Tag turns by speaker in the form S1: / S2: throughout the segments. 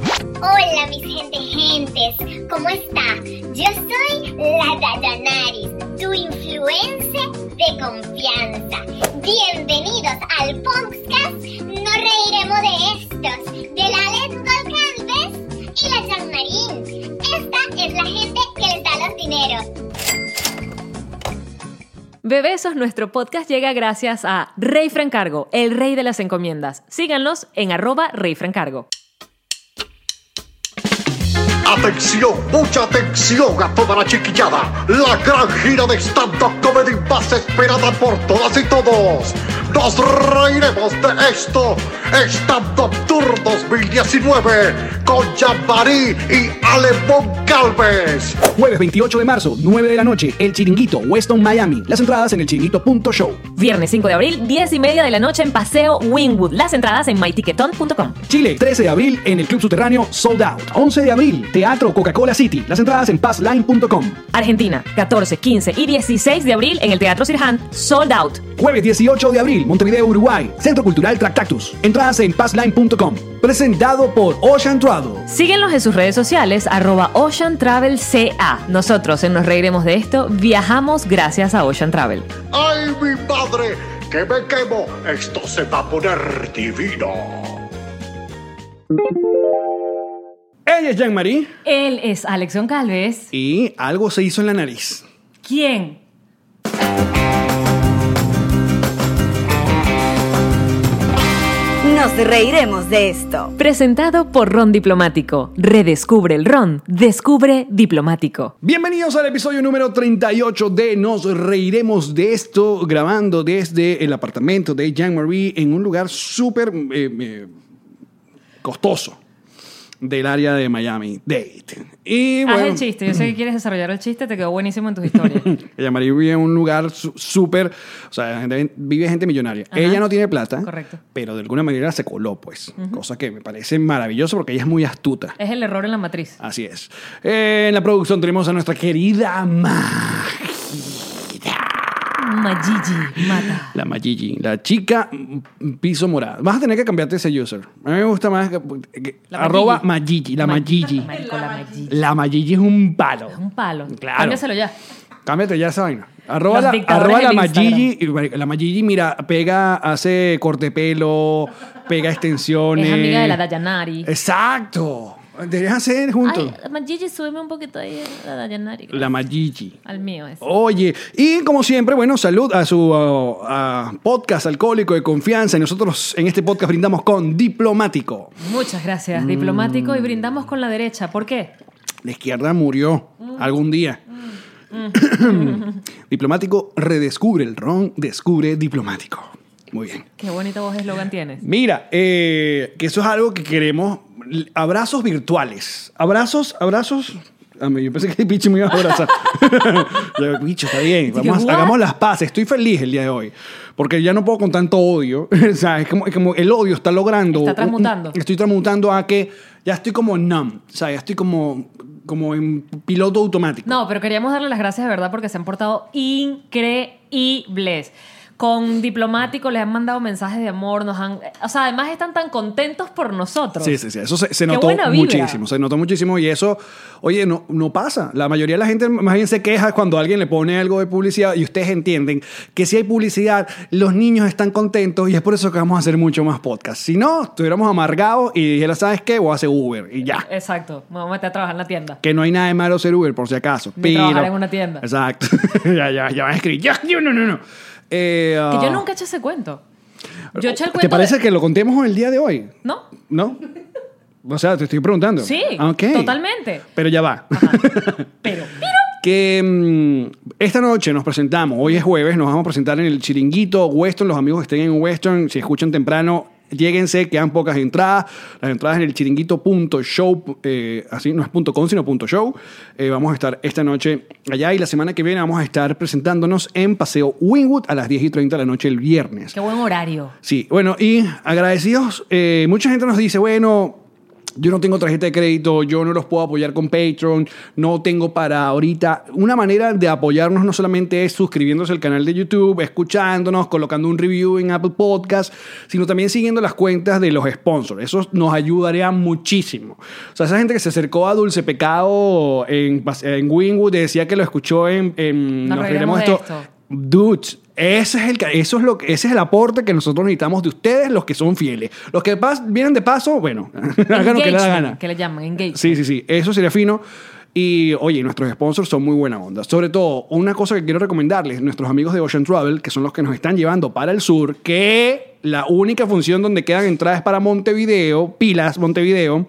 S1: Hola mis gente gentes, ¿cómo está? Yo soy la Dadanaris, tu influencer de confianza. Bienvenidos al podcast No reiremos de estos, de la Let Golcanves y la Jean Marín. Esta es la gente que les da los dineros.
S2: Bebesos, nuestro podcast llega gracias a Rey Francargo, el rey de las encomiendas. Síganlos en arroba Rey Francargo.
S3: Atención, mucha atención a toda la chiquillada. La gran gira de stand-up comedy más esperada por todas y todos. Nos reiremos de esto. Stand-up Tour 2019 con Jean-Marie y Alemón Calves.
S4: Jueves 28 de marzo, 9 de la noche, El Chiringuito, Weston, Miami. Las entradas en elchiringuito.show.
S2: Viernes 5 de abril, 10 y media de la noche en Paseo Wingwood. Las entradas en myticketon.com.
S4: Chile, 13 de abril en el Club Subterráneo Sold Out. 11 de abril, Teatro Coca-Cola City. Las entradas en passline.com.
S2: Argentina, 14, 15 y 16 de abril en el Teatro Sirhan, sold out.
S4: Jueves 18 de abril, Montevideo, Uruguay. Centro Cultural Tractactus. Entradas en passline.com. Presentado por Ocean Travel.
S2: Síguenlos en sus redes sociales, arroba Ocean Travel CA. Nosotros en Nos Reiremos de Esto viajamos gracias a Ocean Travel.
S3: ¡Ay, mi madre! ¡Que me quemo! Esto se va a poner divino.
S4: Ella es Jean-Marie.
S2: Él es Alexion Calves.
S4: Y algo se hizo en la nariz.
S2: ¿Quién?
S5: Nos reiremos de esto.
S2: Presentado por Ron Diplomático. Redescubre el Ron. Descubre Diplomático.
S4: Bienvenidos al episodio número 38 de Nos Reiremos de Esto, grabando desde el apartamento de Jean-Marie en un lugar súper eh, eh, costoso del área de Miami Dade. Y
S2: Haz
S4: bueno,
S2: el chiste. Yo sé que quieres desarrollar el chiste. Te quedó buenísimo en tus historias.
S4: Jean-Marie vive en un lugar su- súper, o sea, gente- vive gente millonaria.
S2: Ajá.
S4: Ella no tiene plata,
S2: Correcto.
S4: pero de alguna manera se coló, pues, cosa que me parece maravilloso porque ella es muy astuta.
S2: es el error en la matriz.
S4: Así es. Eh, en la producción tenemos a nuestra querida Ma,
S2: Majiji mata.
S4: la Mayigi, la chica mm, piso morado. Vas a tener que cambiarte ese user. A mí me gusta más que- que-
S2: La
S4: arroba
S2: Mayigi.
S4: Mayigi, la
S2: Ma-
S4: Mayigi.
S2: Marico, la Majiji.
S4: La Mayigi es un palo.
S2: Un palo.
S4: Claro.
S2: Cámbiaselo ya.
S4: Cámbiate ya esa vaina. Arroba
S2: Los
S4: la,
S2: dictadores
S4: arroba la
S2: del
S4: Mayigi. y, marico, La Mayigi, mira, pega, hace corte pelo, pega extensiones.
S2: Es amiga de la Dayanari.
S4: Exacto. Deberías hacer juntos.
S2: Ay, Majiji, súbeme un poquito ahí a la Dayanari.
S4: La Mayigi.
S2: Al mío es.
S4: Oye, y como siempre, bueno, salud a su uh, a podcast alcohólico de confianza. Y Nosotros en este podcast brindamos con Diplomático.
S2: Muchas gracias,
S4: Mm.
S2: diplomático. Y brindamos con la derecha. ¿Por qué?
S4: La izquierda murió algún día. diplomático redescubre el ron, descubre Diplomático. Muy bien.
S2: Qué bonita voz de eslogan tienes.
S4: Mira, eh, que eso es algo que queremos. L- Abrazos virtuales. Abrazos, abrazos. Ah, me- Yo pensé que el bicho me iba a abrazar. Yo, bicho, está bien.
S2: Dije,
S4: Vamos, a-
S2: "What?"
S4: hagamos las paces. Estoy feliz el día de hoy. Porque ya no puedo con tanto odio. o sea, es como, es como el odio está logrando.
S2: Está
S4: un-
S2: transmutando.
S4: un- estoy transmutando a que ya estoy como numb. O sea, ya estoy como, como en piloto automático.
S2: No, pero queríamos darle las gracias de verdad porque se han portado increíbles. Con diplomático les han mandado mensajes de amor, nos han, o sea, además están tan contentos por nosotros.
S4: Sí, sí, sí. Eso se, se
S2: Qué
S4: notó
S2: buena vibra.
S4: muchísimo. Se notó muchísimo. Y eso, oye, no, no pasa. La mayoría de la gente más bien se queja cuando alguien le pone algo de publicidad. Y ustedes entienden que si hay publicidad, los niños están contentos. Y es por eso que vamos a hacer mucho más podcast. Si no, estuviéramos amargados y dijera, ¿sabes qué? Voy a hacer Uber. Y ya.
S2: Exacto, me voy a meter a trabajar en la tienda.
S4: Que no hay nada de malo ser Uber, por si acaso.
S2: Ni trabajar en una tienda.
S4: Exacto. ya, ya, ya van a escribir. Ya, yo, no, no, no. Eh,
S2: Que yo
S4: ah,
S2: nunca he hecho ese cuento. Yo he hecho el cuento.
S4: ¿Te parece
S2: de-
S4: que lo contemos el día de hoy?
S2: No,
S4: ¿No? O sea, te estoy preguntando.
S2: sí,
S4: Ah, ok.
S2: totalmente.
S4: Pero ya va.
S2: Pero,
S4: que mm, esta noche nos presentamos, hoy es jueves, nos vamos a presentar en el Chiringuito Weston, los amigos que estén en Weston, si escuchan temprano, lléguense, quedan pocas entradas, las entradas en el chiringuito.show, eh, así no es punto .com, sino punto .show, Eh, vamos a estar esta noche allá y la semana que viene vamos a estar presentándonos en Paseo Wingwood a las 10 y 30 de la noche el viernes.
S2: qué buen horario.
S4: Sí, bueno, y agradecidos. eh, mucha gente nos dice, bueno, yo no tengo tarjeta de crédito, yo no los puedo apoyar con Patreon, no tengo para ahorita. Una manera de apoyarnos no solamente es suscribiéndose al canal de YouTube, escuchándonos, colocando un review en Apple Podcast, sino también siguiendo las cuentas de los sponsors. Eso nos ayudaría muchísimo. O sea, esa gente que se acercó a Dulce Pecado en, en Wingwood y decía que lo escuchó en, en
S2: Nos reiremos de esto.
S4: Dudes, ese es el, ca- eso es lo, que- ese es el aporte que nosotros necesitamos de ustedes, los que son fieles. Los que pas- vienen de paso, bueno, hagan lo que les da
S2: Engagement,
S4: gana.
S2: Que le llaman engagement.
S4: Sí, sí, sí, eso sería fino. Y oye, nuestros sponsors son muy buena onda. Sobre todo, una cosa que quiero recomendarles, nuestros amigos de Ocean Travel, que son los que nos están llevando para el sur, que la única función donde quedan entradas es para Montevideo, Pilas, Montevideo.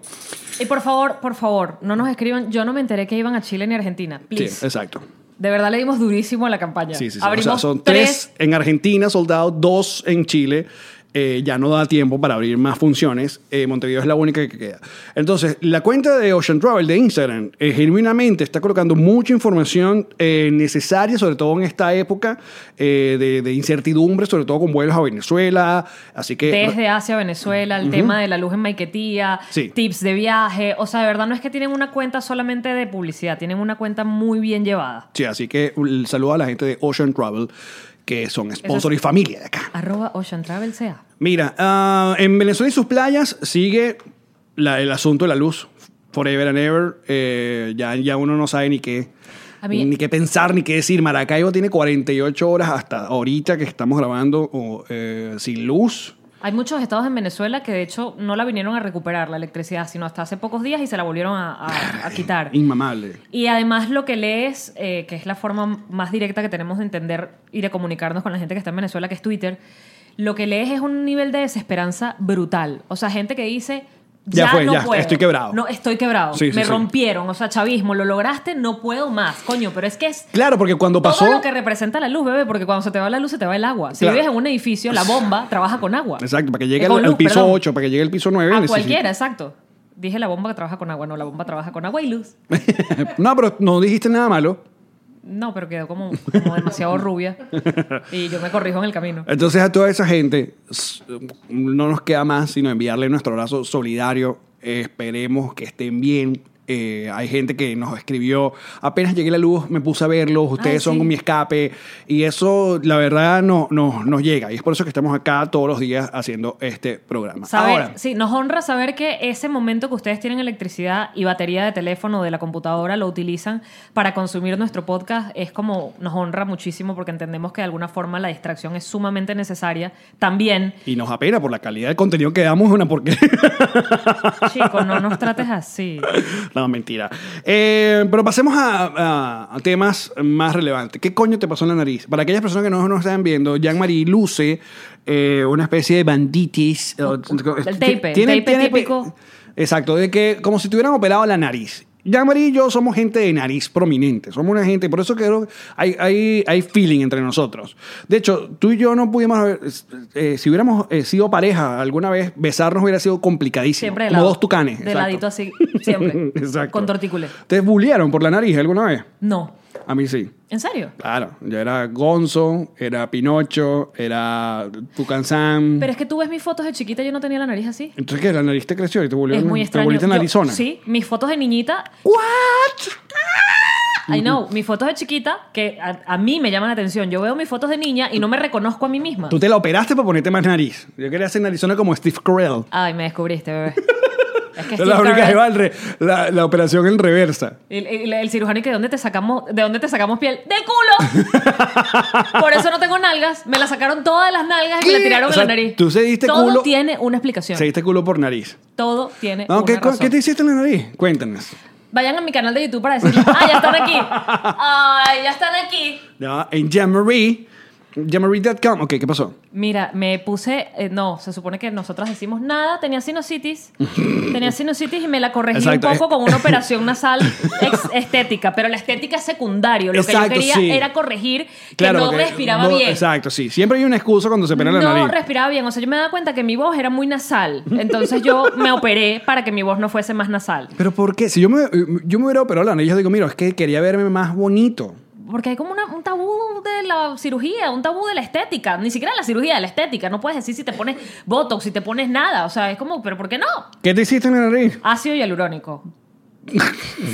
S2: Y por favor, por favor, no nos escriban. Yo no me enteré que iban a Chile ni Argentina. Please.
S4: Sí, exacto.
S2: De verdad le dimos durísimo a la campaña.
S4: Sí, sí, sí.
S2: Abrimos
S4: o sea, son tres en Argentina, soldado, dos en Chile. Eh, ya no da tiempo para abrir más funciones. Eh, Montevideo es la única que queda. Entonces, la cuenta de Ocean Travel de Instagram eh, genuinamente está colocando mucha información eh, necesaria, sobre todo en esta época eh, de, de incertidumbre, sobre todo con vuelos a Venezuela. Así que.
S2: desde Asia, Venezuela, el tema de la luz en Maiquetía,
S4: Sí.
S2: tips de viaje. O sea, de verdad no es que tienen una cuenta solamente de publicidad, tienen una cuenta muy bien llevada.
S4: Sí, así que el saludo a la gente de Ocean Travel, que son sponsor
S2: Eso
S4: y familia de acá.
S2: Arroba Ocean Travel sea.
S4: Mira, ah, en Venezuela y sus playas sigue la- el asunto de la luz. Forever and ever. Eh, ya, ya uno no sabe ni qué.
S2: A mí-
S4: Ni qué pensar, ni qué decir. Maracaibo tiene 48 horas hasta ahorita que estamos grabando o, eh, sin luz.
S2: Hay muchos estados en Venezuela que de hecho no la vinieron a recuperar la electricidad, sino hasta hace pocos días y se la volvieron a, a- a quitar.
S4: Inmamable.
S2: Y además lo que lees, eh, que es la forma más directa que tenemos de entender y de comunicarnos con la gente que está en Venezuela, que es Twitter, lo que lees es un nivel de desesperanza brutal. O sea, gente que dice...
S4: Ya
S2: Ya,
S4: fue,
S2: no
S4: ya,
S2: puedo.
S4: estoy quebrado".
S2: No, estoy quebrado.
S4: Sí, sí,
S2: Me
S4: sí.
S2: rompieron. O sea, chavismo, lo lograste, no puedo más. Coño, pero es que es
S4: Claro, porque cuando pasó.
S2: todo lo que representa la luz, bebé, porque cuando se te va la luz, se te va el agua. Si
S4: Claro.
S2: vives en un edificio, la bomba trabaja con agua.
S4: Exacto, para que llegue
S2: Eh, con
S4: al, al
S2: luz,
S4: piso
S2: perdón.
S4: 8, para que llegue al piso 9.
S2: A
S4: necesita-
S2: cualquiera, exacto. Dije la bomba que trabaja con agua, no, la bomba trabaja con agua y luz.
S4: no, pero no dijiste nada malo.
S2: No, pero quedó como, como demasiado rubia. Y yo me corrijo en el camino.
S4: Entonces a toda esa gente s- no nos queda más sino enviarle nuestro abrazo solidario. Eh, esperemos que estén bien. Eh, hay gente que nos escribió, apenas llegué a la luz, me puse a verlos, ustedes
S2: Ay,
S4: son
S2: sí.
S4: mi escape. Y eso, la verdad, no, no- nos llega. Y es por eso que estamos acá todos los días haciendo este programa.
S2: Saber,
S4: Ahora,
S2: sí, nos honra saber que ese momento que ustedes tienen electricidad y batería de teléfono o de la computadora lo utilizan para consumir nuestro podcast es como nos honra muchísimo porque entendemos que de alguna forma la distracción es sumamente necesaria. También,
S4: y nos apena por la calidad de contenido que damos, una porque
S2: chicos, no nos trates así.
S4: no, mentira. Eh, pero pasemos a, a- a temas más relevantes. ¿Qué coño te pasó en la nariz? Para aquellas personas que no nos están viendo, Jean-Marie luce eh, una especie de banditis. eh,
S2: el tape, el tape típico.
S4: Exacto, de que como si te hubieran operado la nariz. Jean-Marie y yo somos gente de nariz prominente, somos una gente, por eso creo que hay, hay, hay feeling entre nosotros. De hecho, tú y yo no pudimos, haber- eh, si hubiéramos eh, sido pareja alguna vez, besarnos hubiera sido complicadísimo.
S2: Siempre de
S4: como
S2: lado.
S4: dos tucanes.
S2: De
S4: exacto.
S2: ladito así, siempre.
S4: Exacto.
S2: Con tortícule.
S4: ¿Te bullearon por la nariz alguna vez?
S2: No.
S4: A mí sí.
S2: ¿En serio?
S4: Claro, yo era Gonzo, era Pinocho, era Tucan Sam.
S2: Pero es que tú ves mis fotos de chiquita, yo no tenía la nariz así.
S4: Entonces, ¿qué? ¿La nariz te creció y te volvió
S2: Es muy
S4: te
S2: extraño.
S4: volviste en
S2: Yo-
S4: Arizona?
S2: sí, mis fotos de niñita.
S4: ¿What?
S2: I know, mis fotos de chiquita que a, a mí me llaman la atención. Yo veo mis fotos de niña y no me reconozco a mí misma.
S4: Tú te la operaste para ponerte más nariz. Yo quería hacer narizona como Steve Carell.
S2: Ay, me descubriste, bebé. es que Steve
S4: la, única
S2: Carell-
S4: que va al re- la, la operación en reversa.
S2: el, el- el cirujano y que ¿de dónde te sacamos, de dónde te sacamos piel? ¡Del culo! Por eso no tengo nalgas. Me la sacaron todas las nalgas y me la
S4: ¿Qué?
S2: tiraron
S4: O sea,
S2: en la nariz.
S4: tú se diste
S2: Todo
S4: culo-
S2: tiene una explicación.
S4: Se diste culo por nariz.
S2: Todo tiene
S4: No,
S2: Eh, una
S4: ¿qué, co-
S2: razón.
S4: ¿Qué te hiciste en la nariz? Cuéntanos.
S2: Vayan a mi canal de YouTube para decirles, ¡ah, ya están aquí! ¡Ay, ya están aquí!
S4: Ya, en Jamboree, jamboree.com. Ok, ¿qué pasó?
S2: Mira, me puse, eh, no, se supone que nosotras decimos nada, tenía sinusitis, tenía sinusitis y me la corregí
S4: Exacto,
S2: un
S4: eh.
S2: poco con una operación nasal ex- estética, pero la estética es secundario, lo
S4: Exacto,
S2: que yo quería
S4: sí.
S2: era corregir que
S4: Claro,
S2: no
S4: porque
S2: respiraba
S4: no-
S2: bien.
S4: Exacto, sí. Siempre hay una excusa cuando se opera la
S2: no
S4: nariz.
S2: respiraba bien, o sea, yo me daba cuenta que mi voz era muy nasal, entonces yo me operé para que mi voz no fuese más nasal.
S4: Pero ¿por qué? Si yo me, yo me hubiera operado la nariz, yo digo, mira, es que quería verme más bonito.
S2: Porque hay como una- un tabú de la cirugía, un tabú de la estética, ni siquiera la cirugía de la estética. No puedes decir si te pones botox, si te pones nada. O sea, es como, ¿pero por qué no?
S4: ¿Qué te hiciste en la nariz?
S2: Ácido hialurónico,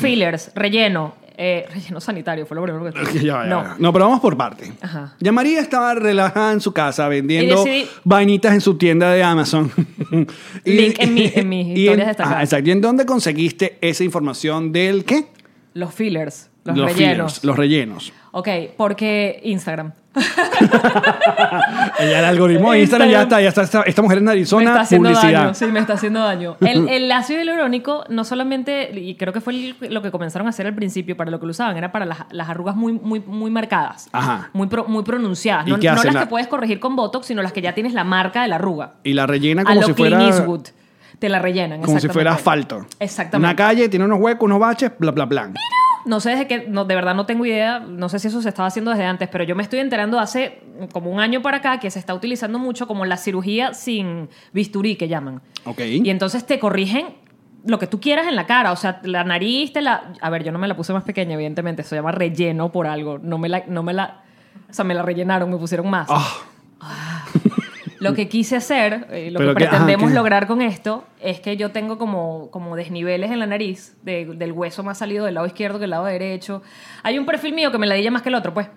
S2: fillers, relleno, eh, relleno sanitario, fue lo primero que.
S4: Ya, ya, ya.
S2: no.
S4: no. pero vamos por parte.
S2: Ajá.
S4: Ya María estaba relajada en su casa vendiendo
S2: Y decidí-
S4: vainitas en su tienda de Amazon.
S2: Link en mi- en mis
S4: y
S2: historias destacadas.
S4: ajá, exacto. ¿Y en dónde conseguiste esa información del qué?
S2: Los fillers, los,
S4: fillers,
S2: rellenos.
S4: los rellenos.
S2: Ok, porque Instagram.
S4: Ella el algoritmo de Instagram ya está, ya está, está- Esta mujer en
S2: me está
S4: Arizona,
S2: haciendo
S4: publicidad.
S2: daño. Sí, me está haciendo daño. El, el ácido hialurónico no solamente, y creo que fue el- lo que comenzaron a hacer al principio, para lo que lo usaban, era para las, las arrugas muy, muy, muy marcadas.
S4: Ajá.
S2: Muy, pro- muy pronunciadas.
S4: ¿Y
S2: No,
S4: qué
S2: no
S4: hacen?
S2: las
S4: La-
S2: que puedes corregir con Botox, sino las que ya tienes la marca de la arruga.
S4: Y la rellena
S2: A
S4: como
S2: lo
S4: si
S2: Clint
S4: fuera
S2: Eastwood. Te la rellenan.
S4: como si
S2: exactamente.
S4: fuera asfalto.
S2: Exactamente.
S4: Una calle tiene unos huecos, unos baches, bla bla bla.
S2: No sé desde qué, no, de verdad no tengo idea, no sé si eso se estaba haciendo desde antes, pero yo me estoy enterando hace como un año para acá que se está utilizando mucho como la cirugía sin bisturí que llaman.
S4: Ok.
S2: Y entonces te corrigen lo que tú quieras en la cara, o sea, la nariz te la... A ver, yo no me la puse más pequeña, evidentemente, se llama relleno por algo, no me la... No me la o sea, me la rellenaron, me pusieron más.
S4: Ah.
S2: Lo que quise hacer, eh, lo que
S4: Pero que- ajá,
S2: pretendemos
S4: ¿qué?
S2: lograr con esto, es que yo tengo como, como desniveles en la nariz, de- del hueso más salido del lado izquierdo que del lado derecho. Hay un perfil mío que me la dilla más que el otro, pues.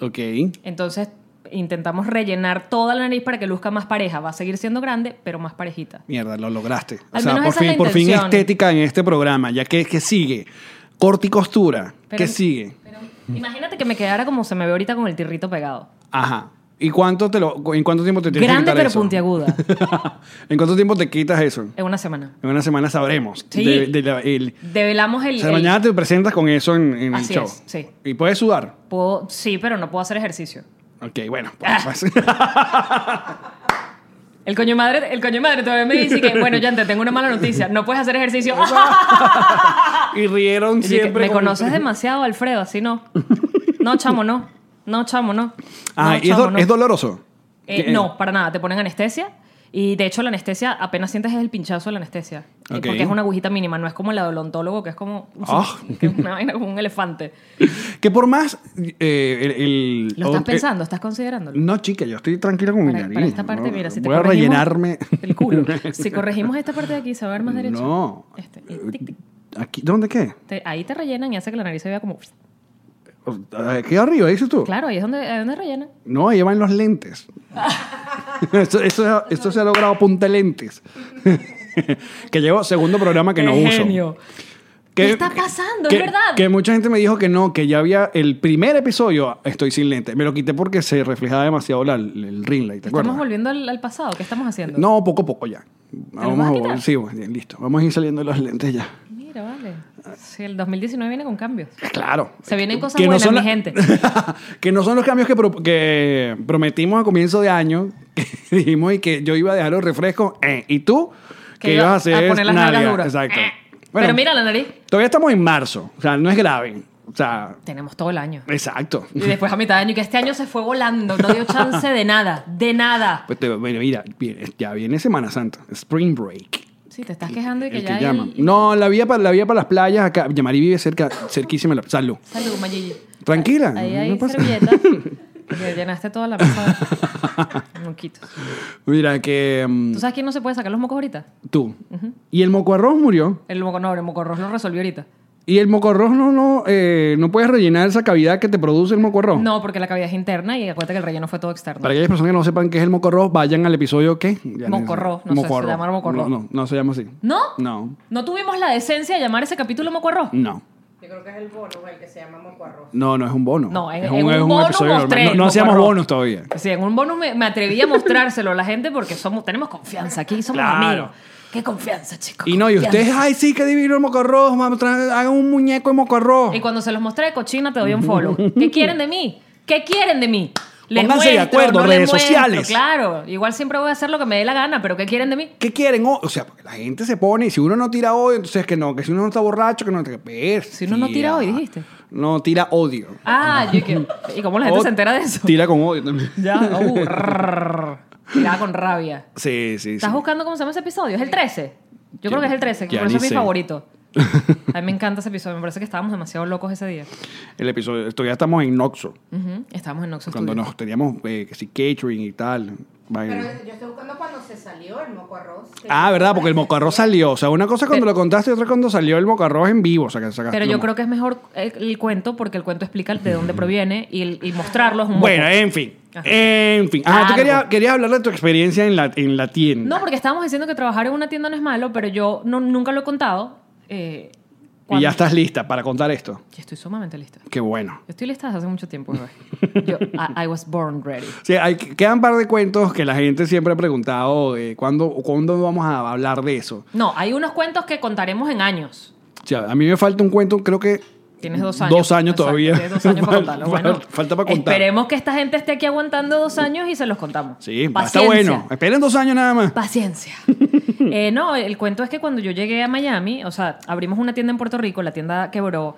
S4: Ok.
S2: Entonces intentamos rellenar toda la nariz para que luzca más pareja. Va a seguir siendo grande, pero más parejita.
S4: Mierda, lo lograste. O
S2: Al
S4: sea,
S2: menos
S4: por
S2: esa es
S4: fin,
S2: la
S4: por fin
S2: intención.
S4: estética en este programa, ya que, que sigue. Corte y costura.
S2: Pero-
S4: ¿Qué sigue?
S2: Pero
S4: Mm.
S2: imagínate que me quedara como se me ve ahorita con el tirrito pegado.
S4: Ajá. ¿Y cuánto te lo, en cuánto tiempo te tienes
S2: Grande
S4: que
S2: pero
S4: quitar eso?
S2: puntiaguda.
S4: ¿En cuánto tiempo te quitas eso?
S2: En una semana.
S4: En una semana sabremos.
S2: Sí.
S4: De- de la- el-
S2: Develamos el...
S4: o sea,
S2: el-
S4: mañana te presentas con eso en, en el
S2: Así
S4: show.
S2: es, sí.
S4: Y puedes sudar.
S2: puedo- sí, pero no puedo hacer ejercicio.
S4: Ok, bueno. pues,
S2: Ah.
S4: pues.
S2: El coño madre, el coño madre todavía me dice que, bueno, ya te tengo una mala noticia, no puedes hacer ejercicio.
S4: y rieron
S2: Y yo que,
S4: siempre.
S2: me
S4: con-
S2: conoces demasiado, Alfredo, así no. No, chamo, no. No, chamo, no.
S4: Ah,
S2: no,
S4: ¿y es,
S2: chamo,
S4: do-
S2: no.
S4: es doloroso?
S2: Eh,
S4: ¿Qué-
S2: no, para nada, te ponen anestesia. Y de hecho la anestesia, apenas sientes es el pinchazo de la anestesia. Eh,
S4: Ok.
S2: Porque es una agujita mínima, no es como la de odontólogo, que es como
S4: Ah.
S2: que es una vaina como un elefante.
S4: Que por más. eh, el, el-
S2: ¿Lo
S4: o-
S2: estás
S4: eh,
S2: pensando? ¿Estás considerándolo?
S4: no, chica, yo estoy tranquila con mi
S2: Para,
S4: nariz.
S2: para esta parte,
S4: ¿no?
S2: mira, si te
S4: Voy a
S2: corregimos
S4: rellenarme.
S2: el culo. Si corregimos esta parte de aquí, se va a ver más derecho.
S4: No.
S2: Este, y tic, tic.
S4: Aquí, ¿Dónde qué?
S2: Te- ahí te rellenan y hace que la nariz se vea como...
S4: Aquí arriba, dices tú.
S2: Claro, ahí es donde, ahí es donde rellenan.
S4: No, llevan los lentes. esto, esto- esto se ha logrado punta lentes. que llevo segundo programa que no
S2: Qué
S4: uso.
S2: genio.
S4: Que-
S2: ¿Qué está pasando?
S4: que-
S2: es verdad.
S4: Que mucha gente me dijo que no, que ya había el primer episodio, estoy sin lentes. Me lo quité porque se reflejaba demasiado la- el ring light, ¿te
S2: Estamos
S4: acuerdas?
S2: volviendo al, al pasado. ¿Qué estamos haciendo?
S4: No, poco a poco ya. Vamos
S2: vas
S4: a
S2: a
S4: vol-
S2: quitar?
S4: sí, bueno, bien, listo. Vamos a ir saliendo los lentes ya.
S2: Mira, vale. Si el 2019 viene con cambios.
S4: Claro.
S2: Se vienen cosas
S4: no
S2: buenas,
S4: son
S2: mi
S4: la-
S2: gente.
S4: que no son los cambios que, pro- que prometimos a comienzo de año. Que dijimos y que yo iba a dejar los refrescos. eh, y tú, que,
S2: iba
S4: ibas a hacer
S2: poner las
S4: nalga.
S2: nalgas duras.
S4: Exacto.
S2: Eh.
S4: Bueno,
S2: Pero mira la nariz.
S4: Todavía estamos en marzo. O sea, no es grave. O sea,
S2: Tenemos todo el año.
S4: exacto.
S2: Y después a mitad de año, que este año se fue volando. No dio chance de nada. De nada.
S4: Pues te- mira, mira, viene- ya viene Semana Santa. Spring Break.
S2: Sí, te estás quejando y
S4: El
S2: que
S4: que
S2: ya.
S4: llama.
S2: el-
S4: No, la vía para la vía para las playas acá. Yamari vive cerca, cerquísima. de La, salud.
S2: Salud, Mayigi.
S4: Tranquila.
S2: Ahí
S4: no
S2: hay
S4: pasa-
S2: servilletas. Que llenaste toda la mesa de moquitos.
S4: Mira que mm,
S2: ¿Tú sabes quién no se puede sacar los mocos ahorita?
S4: tú. Y el mocoarroz murió.
S2: El moco, no, el mocorros lo resolvió ahorita.
S4: Y el mocorroz no, no, eh, no puedes rellenar esa cavidad que te produce el mocorroz.
S2: No, porque la cavidad es interna y acuérdate que el relleno fue todo externo.
S4: Para aquellas personas que no sepan qué es el mocorroz, vayan al episodio ¿qué? Ya no sé.
S2: Mocorró, no sé, se llama mocorró.
S4: No, no, no se llama así.
S2: ¿No?
S4: No.
S2: ¿No tuvimos la decencia de llamar ese capítulo mocorros?
S4: No.
S6: Yo creo que es el bono, el que se llama moco arroz.
S4: No, no es un bono.
S2: No, en, en un,
S4: es
S2: bonus
S4: episodio normal.
S2: mostré
S4: No,
S2: el
S4: no hacíamos
S2: mocorro.
S4: bonos todavía.
S2: Sí, en un bonus me, me atreví a mostrárselo a la gente porque somos, tenemos confianza aquí, somos
S4: Claro.
S2: amigos. Qué confianza, chicos.
S4: Y no, y
S2: confianza.
S4: ustedes, ay, sí, qué divino el mocorroz, mam, tra- hagan un muñeco de mocorroz.
S2: Y cuando se los mostré, cochina, te doy un follow. ¿Qué quieren de mí? ¿Qué quieren de mí?
S4: Pónganse de acuerdo,
S2: les
S4: redes sociales.
S2: Claro, igual siempre voy a hacer lo que me dé la gana, pero ¿qué quieren de mí?
S4: ¿Qué quieren? hoy? O sea, porque la gente se pone y si uno no tira hoy, entonces que no, que si uno no está borracho, que no te
S2: Si uno no tira hoy, dijiste.
S4: No, tira odio.
S2: Ah, yo que- ¿y cómo la gente
S4: O
S2: se entera de eso?
S4: Tira con odio también.
S2: Ya, uh, rrrr, tirada con rabia.
S4: Sí, sí, sí.
S2: ¿Estás buscando cómo se llama ese episodio? ¿Es el 13? Yo
S4: Ya-
S2: creo que es el 13, que
S4: ya
S2: por eso
S4: ni
S2: es mi
S4: sé.
S2: favorito. A mí me encanta ese episodio. Me parece que estábamos demasiado locos ese día.
S4: El episodio, todavía estamos en Noxo,
S2: Ujú, Estábamos en Oxxo
S4: cuando
S2: Studio.
S4: nos teníamos eh, que sí, catering y tal.
S6: Pero
S4: vaina.
S6: yo estoy buscando cuando se salió el moco arroz.
S4: Ah, ¿verdad? Porque el
S6: este
S4: mocarro salió. O sea, una cosa es cuando lo contaste y otra cuando salió el mocarro en vivo. O sea, que sacaste
S2: Pero yo
S4: lo-
S2: creo que es mejor el, el cuento porque el cuento explica de dónde proviene y, el- y mostrarlo es un
S4: Bueno, eh.
S2: moco.
S4: en fin.
S2: Ajá.
S4: En fin. Ah, tú
S2: Algo.
S4: querías, querías hablar de tu experiencia en la, en la tienda.
S2: No, porque estábamos diciendo que trabajar en una tienda no es malo, pero yo no- nunca lo he contado. eh,
S4: Y
S2: cuando-
S4: ya estás lista para contar esto.
S2: Ya estoy sumamente lista.
S4: Qué bueno.
S2: Yo estoy lista desde hace mucho tiempo, bebé. Yo, I, I was born ready.
S4: Sí, hay, quedan un par de cuentos que la gente siempre ha preguntado eh, ¿cuándo, cuándo vamos a hablar de eso.
S2: No, hay unos cuentos que contaremos en años.
S4: O sea, a mí me falta un cuento, creo que...
S2: Tienes dos años.
S4: Dos años
S2: Exacto,
S4: todavía.
S2: tienes dos años para
S4: Fal-
S2: contarlo.
S4: fal-
S2: Bueno,
S4: falta para contar.
S2: Esperemos que esta gente esté aquí aguantando dos años y se los contamos.
S4: Sí, está
S2: Paciencia.
S4: bueno. Esperen dos años nada más.
S2: Paciencia. Eh, no, el cuento es que cuando yo llegué a Miami, o sea, abrimos una tienda en Puerto Rico, la tienda quebró.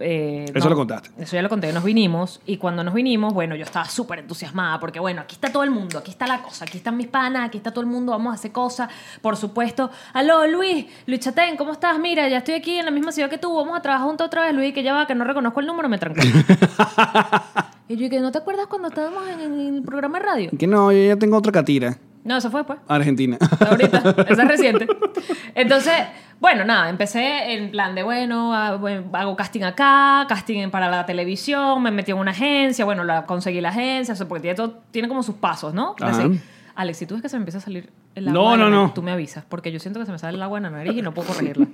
S2: eh,
S4: Eso lo contaste.
S2: Eso ya lo conté, nos vinimos y cuando nos vinimos, bueno, yo estaba súper entusiasmada porque, bueno, aquí está todo el mundo, aquí está la cosa, aquí están mis panas, aquí está todo el mundo, vamos a hacer cosas. Por supuesto, aló Luis, Luis Chatén, ¿cómo estás? Mira, ya estoy aquí en la misma ciudad que tú, vamos a trabajar juntos otra vez, Luis, que ya va, que no reconozco el número, me trancó. y yo, ¿y que no te acuerdas cuando estábamos en, en el programa de radio?
S4: Que no, yo ya tengo otra catira.
S2: No, eso fue pues.
S4: Argentina.
S2: Ahorita, esa es reciente. Entonces, bueno, nada, empecé en plan de, bueno, ah, bueno, hago casting acá, casting para la televisión, me metí en una agencia, bueno, la, conseguí la agencia, o sea, porque tiene, todo- tiene como sus pasos, ¿no?
S4: Ajá.
S2: Así. Alex, si tú ves que se me empieza a salir el
S4: No,
S2: agua, de la
S4: no,
S2: nariz,
S4: no.
S2: tú me avisas, porque yo siento que se me sale el agua en la nariz y no puedo corregirla.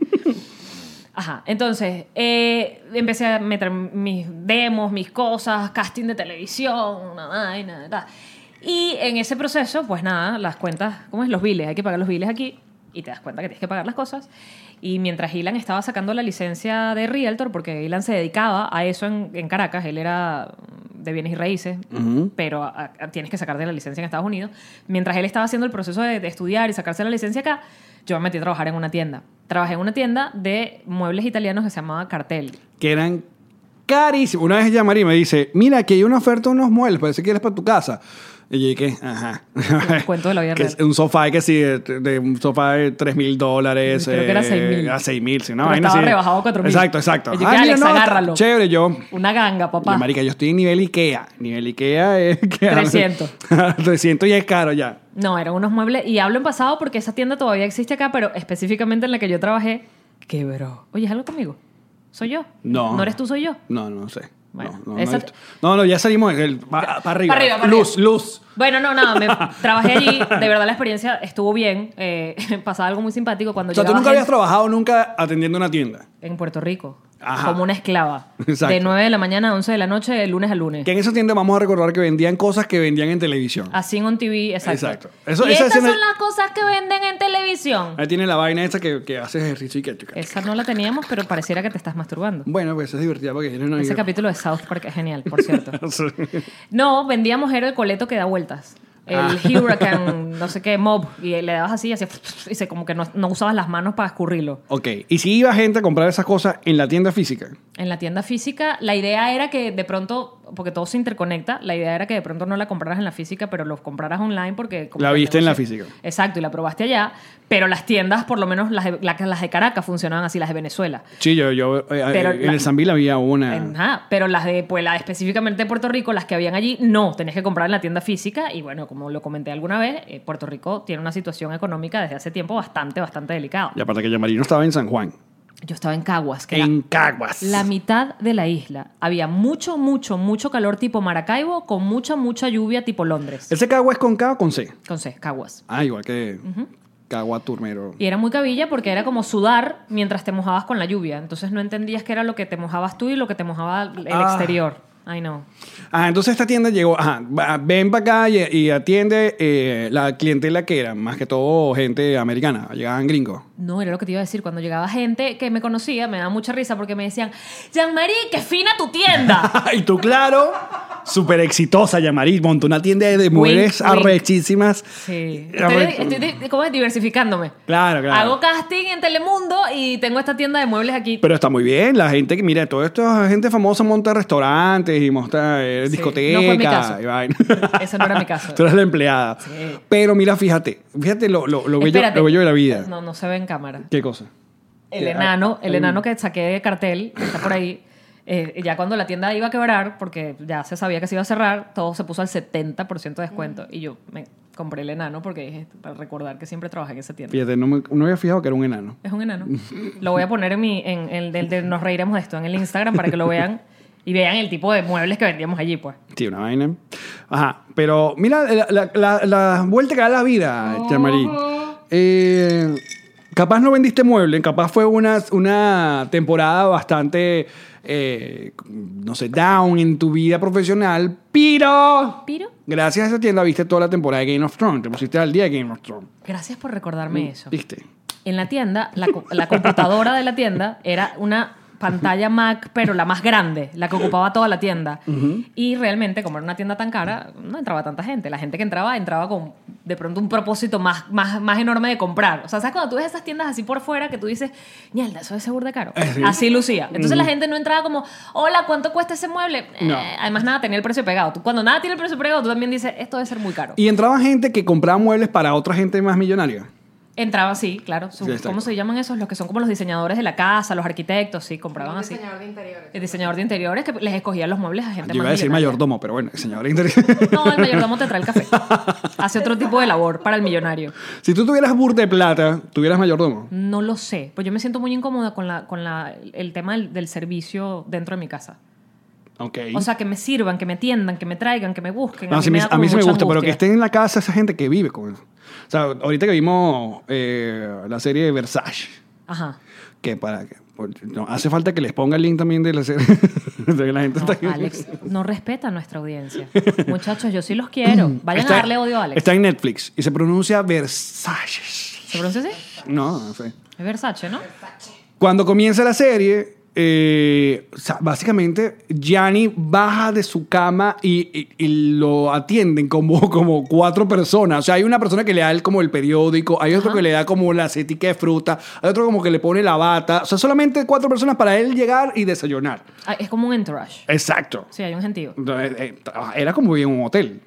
S2: Ajá, entonces eh, empecé a meter mis demos, mis cosas, casting de televisión, una vaina, tal. Y en ese proceso, pues nada, las cuentas, ¿cómo es? Los biles, hay que pagar los biles aquí y te das cuenta que tienes que pagar las cosas. Y mientras Ilan estaba sacando la licencia de Realtor, porque Ilan se dedicaba a eso en, en Caracas, él era de bienes y raíces, pero a- a- tienes que sacarte la licencia en Estados Unidos. Mientras él estaba haciendo el proceso de, de estudiar y sacarse la licencia acá, yo me metí a trabajar en una tienda. Trabajé en una tienda de muebles italianos que se llamaba Cartel.
S4: que eran carísimos. Una vez llama y me dice, mira, aquí hay una oferta de unos muebles, parece que eres para tu casa. Y yo dije, ajá.
S2: cuento de la vida
S4: Que
S2: real.
S4: es Un sofá que sí, de, de un sofá de 3 mil dólares. eh,
S2: Creo que era 6.000.
S4: A 6 mil, sí, una
S2: Pero
S4: vaina
S2: estaba
S4: así.
S2: rebajado a 4.000.
S4: Exacto, exacto. Ah,
S2: Y yo dije, "Alex,
S4: mira, no,
S2: agárralo".
S4: Chévere, yo.
S2: Una ganga, papá.
S4: Yo, marica, yo estoy en nivel IKEA. Nivel IKEA es... que-
S2: 300.
S4: 300 ya es caro ya.
S2: No, eran unos muebles. Y hablo en pasado porque esa tienda todavía existe acá, pero específicamente en la que yo trabajé, quebró. Oye, ¿es algo conmigo? ¿Soy yo?
S4: No.
S2: ¿No eres tú, soy yo?
S4: No, no sé.
S2: Bueno,
S4: no, no,
S2: esa-
S4: no, no, no, ya salimos el- pa- pa' arriba.
S2: Pa' arriba, pa'
S4: luz,
S2: arriba.
S4: luz.
S2: Bueno, no, nada, me trabajé allí. De verdad, la experiencia estuvo bien. Eh, pasaba algo muy simpático cuando
S4: O sea, tú
S2: llegaba
S4: nunca
S2: gente-
S4: habías trabajado nunca atendiendo una tienda.
S2: en Puerto Rico.
S4: Ajá.
S2: Como una esclava.
S4: Exacto.
S2: De 9 de la mañana a 11 de la noche, de lunes a lunes.
S4: Que en esa tienda vamos a recordar que vendían cosas que vendían en televisión.
S2: Así en un TV, exacto.
S4: Exacto. Eso-
S2: y
S4: esa
S2: estas
S4: escena-
S2: son las cosas que venden en televisión.
S4: Ahí tiene la vaina esa que, que hace ejercicio y que... que-
S2: Esa no la teníamos, pero pareciera que te estás masturbando.
S4: Bueno, pues es divertida porque tiene una...
S2: Ese capítulo de South Park es genial, por cierto. No, vendíamos era el coleto que da vueltas. El
S4: Ah.
S2: Hurricane, no sé qué, Mob. Y le dabas así, así, y se, como que no, no usabas las manos para escurrirlo.
S4: ok. ¿Y si iba gente a comprar esas cosas en la tienda física?
S2: En la tienda física, la idea era que de pronto, porque todo se interconecta, la idea era que de pronto no la compraras en la física, pero los compraras online porque... como
S4: La
S2: que el
S4: viste en
S2: negocio-
S4: la física.
S2: Exacto, y la probaste allá, pero las tiendas, por lo menos las de, la- las de Caracas funcionaban así, las de Venezuela.
S4: Sí, yo... yo eh, eh,
S2: Pero
S4: en
S2: la-
S4: el Zambil había una...
S2: En- ajá, pero las de Puebla, específicamente de Puerto Rico, las que habían allí, no, tenías que comprar en la tienda física y bueno, como lo comenté alguna vez, eh, Puerto Rico tiene una situación económica desde hace tiempo bastante, bastante delicada.
S4: Y aparte que Yamarino estaba en San Juan.
S2: Yo estaba en Caguas, que era
S4: En Caguas.
S2: La mitad de la isla. Había mucho, mucho, mucho calor tipo Maracaibo con mucha, mucha lluvia tipo Londres.
S4: ¿Ese Caguas es con K o con C?
S2: Con C, Caguas.
S4: Ah, igual que... Cagua Turmero.
S2: Y era muy cabilla porque era como sudar mientras te mojabas con la lluvia. Entonces no entendías qué era lo que te mojabas tú y lo que te mojaba el
S4: Ah.
S2: exterior. Ay, no.
S4: Ah, entonces esta tienda llegó, ajá, va- ven para acá y, y atiende eh, la clientela que era, más que todo gente americana, llegaban gringos.
S2: No, era lo que te iba a decir. Cuando llegaba gente que me conocía, me daba mucha risa porque me decían, Jean-Marie, qué fina tu tienda.
S4: y tú, claro, súper exitosa, Yamarit, montó una tienda de mujeres
S2: wink.
S4: arrechísimas.
S2: Sí. Estoy,
S4: Arre-
S2: estoy- estoy- ¿cómo es? Diversificándome.
S4: Claro, claro.
S2: Hago casting en Telemundo y tengo esta tienda de muebles aquí.
S4: Pero está muy bien, la gente que, mira, todo esto, la gente famosa monta restaurantes y monta eh,
S2: Sí.
S4: discotecas.
S2: No fue mi caso.
S4: y vaina.
S2: Ese no era mi caso.
S4: Tú eres la empleada.
S2: Sí.
S4: Pero mira, fíjate, fíjate lo, lo- lo bello,
S2: Espérate.
S4: lo bello de la vida.
S2: No, no se ve en cámara.
S4: ¿Qué cosa?
S2: el
S4: Eh,
S2: enano,
S4: hay-
S2: el
S4: hay un-
S2: enano que saqué de cartel, que está por ahí, eh, ya cuando la tienda iba a quebrar, porque ya se sabía que se iba a cerrar, todo se puso al 70% de descuento.
S4: Mm.
S2: Y yo me compré el enano porque dije, para recordar que siempre trabajé en esa tienda.
S4: Fíjate, no me no había fijado que era un enano.
S2: Es un enano. Lo voy a poner en mi, en el del de Nos Reiremos de esto, en el Instagram, para que lo vean y vean el tipo de muebles que vendíamos allí, pues.
S4: Sí, una vaina. Ajá. Pero mira la, la- la- la vuelta que da la vida, Chamarín. Eh, capaz no vendiste mueble, capaz fue una, una temporada bastante, eh, no sé, down en tu vida profesional, pero
S2: Piro,
S4: gracias a esa tienda viste toda la temporada de Game of Thrones. Te pusiste al día de Game of Thrones.
S2: gracias por
S4: Mm.
S2: recordarme eso.
S4: ¿Viste?
S2: En la tienda, la, co- la computadora de la tienda era una pantalla Mac, pero la más grande, la que ocupaba toda la tienda. Y realmente, como era una tienda tan cara, no entraba tanta gente. La gente que entraba, entraba con de pronto un propósito más, más, más enorme de comprar. O sea, ¿sabes cuando tú ves esas tiendas así por fuera que tú dices, ñalda, eso es seguro de caro? Así lucía. Entonces la gente no entraba como, hola, ¿cuánto cuesta ese mueble?
S4: No.
S2: Eh, además, nada tenía el precio pegado. Tú, cuando nada tiene el precio pegado, tú también dices, esto debe ser muy caro.
S4: Y entraba gente que compraba muebles para otra gente más millonaria.
S2: Entraba, sí, claro. Son-
S4: Sí, exacto.
S2: ¿Cómo se llaman esos? Los que son como los diseñadores de la casa, los arquitectos, sí, compraban
S6: Un
S2: así.
S6: diseñador de interiores.
S2: El diseñador de interiores que les escogía los muebles a gente
S4: Yo iba a
S2: más
S4: decir
S2: millonaria.
S4: mayordomo, pero bueno, señor interesante.
S2: No, el mayordomo te trae el café. Hace otro tipo de labor para el millonario.
S4: si tú tuvieras bur de plata, tuvieras mayordomo.
S2: No lo sé. Pues yo me siento muy incómoda con, la, con la, el tema del, del servicio dentro de mi casa.
S4: Ok.
S2: O sea, que me sirvan, que me atiendan, que me traigan, que me busquen.
S4: No, sí,
S2: me
S4: me-
S2: da
S4: a
S2: como
S4: mí sí me
S2: mucha
S4: gusta, pero que
S2: angustia.
S4: estén en la casa esa gente que vive con eso. O sea, ahorita que vimos eh, la serie de Versace,
S2: Ajá.
S4: que para que. por- no, hace falta que les ponga el link también de la serie. de que la gente
S2: No,
S4: está-
S2: Alex no respeta a nuestra audiencia. Muchachos, yo sí los quiero. Vayan
S4: Está-
S2: a darle odio a Alex.
S4: Está en Netflix y se pronuncia Versace.
S2: ¿Se pronuncia así?
S4: No, no sé.
S2: Es Versace, ¿no?
S4: Cuando comienza la serie, eh, o sea, básicamente Gianni baja de su cama y, y- y lo atienden como, como cuatro personas. O sea, hay una persona que le da el- como el periódico, hay otro que le da como la cetica de fruta, hay otro como que le pone la bata. O sea, solamente cuatro personas para él llegar y desayunar.
S2: Ah, Es como un entourage.
S4: Exacto.
S2: Sí, hay un gentío.
S4: Entonces, eh, Era como vivir en un hotel.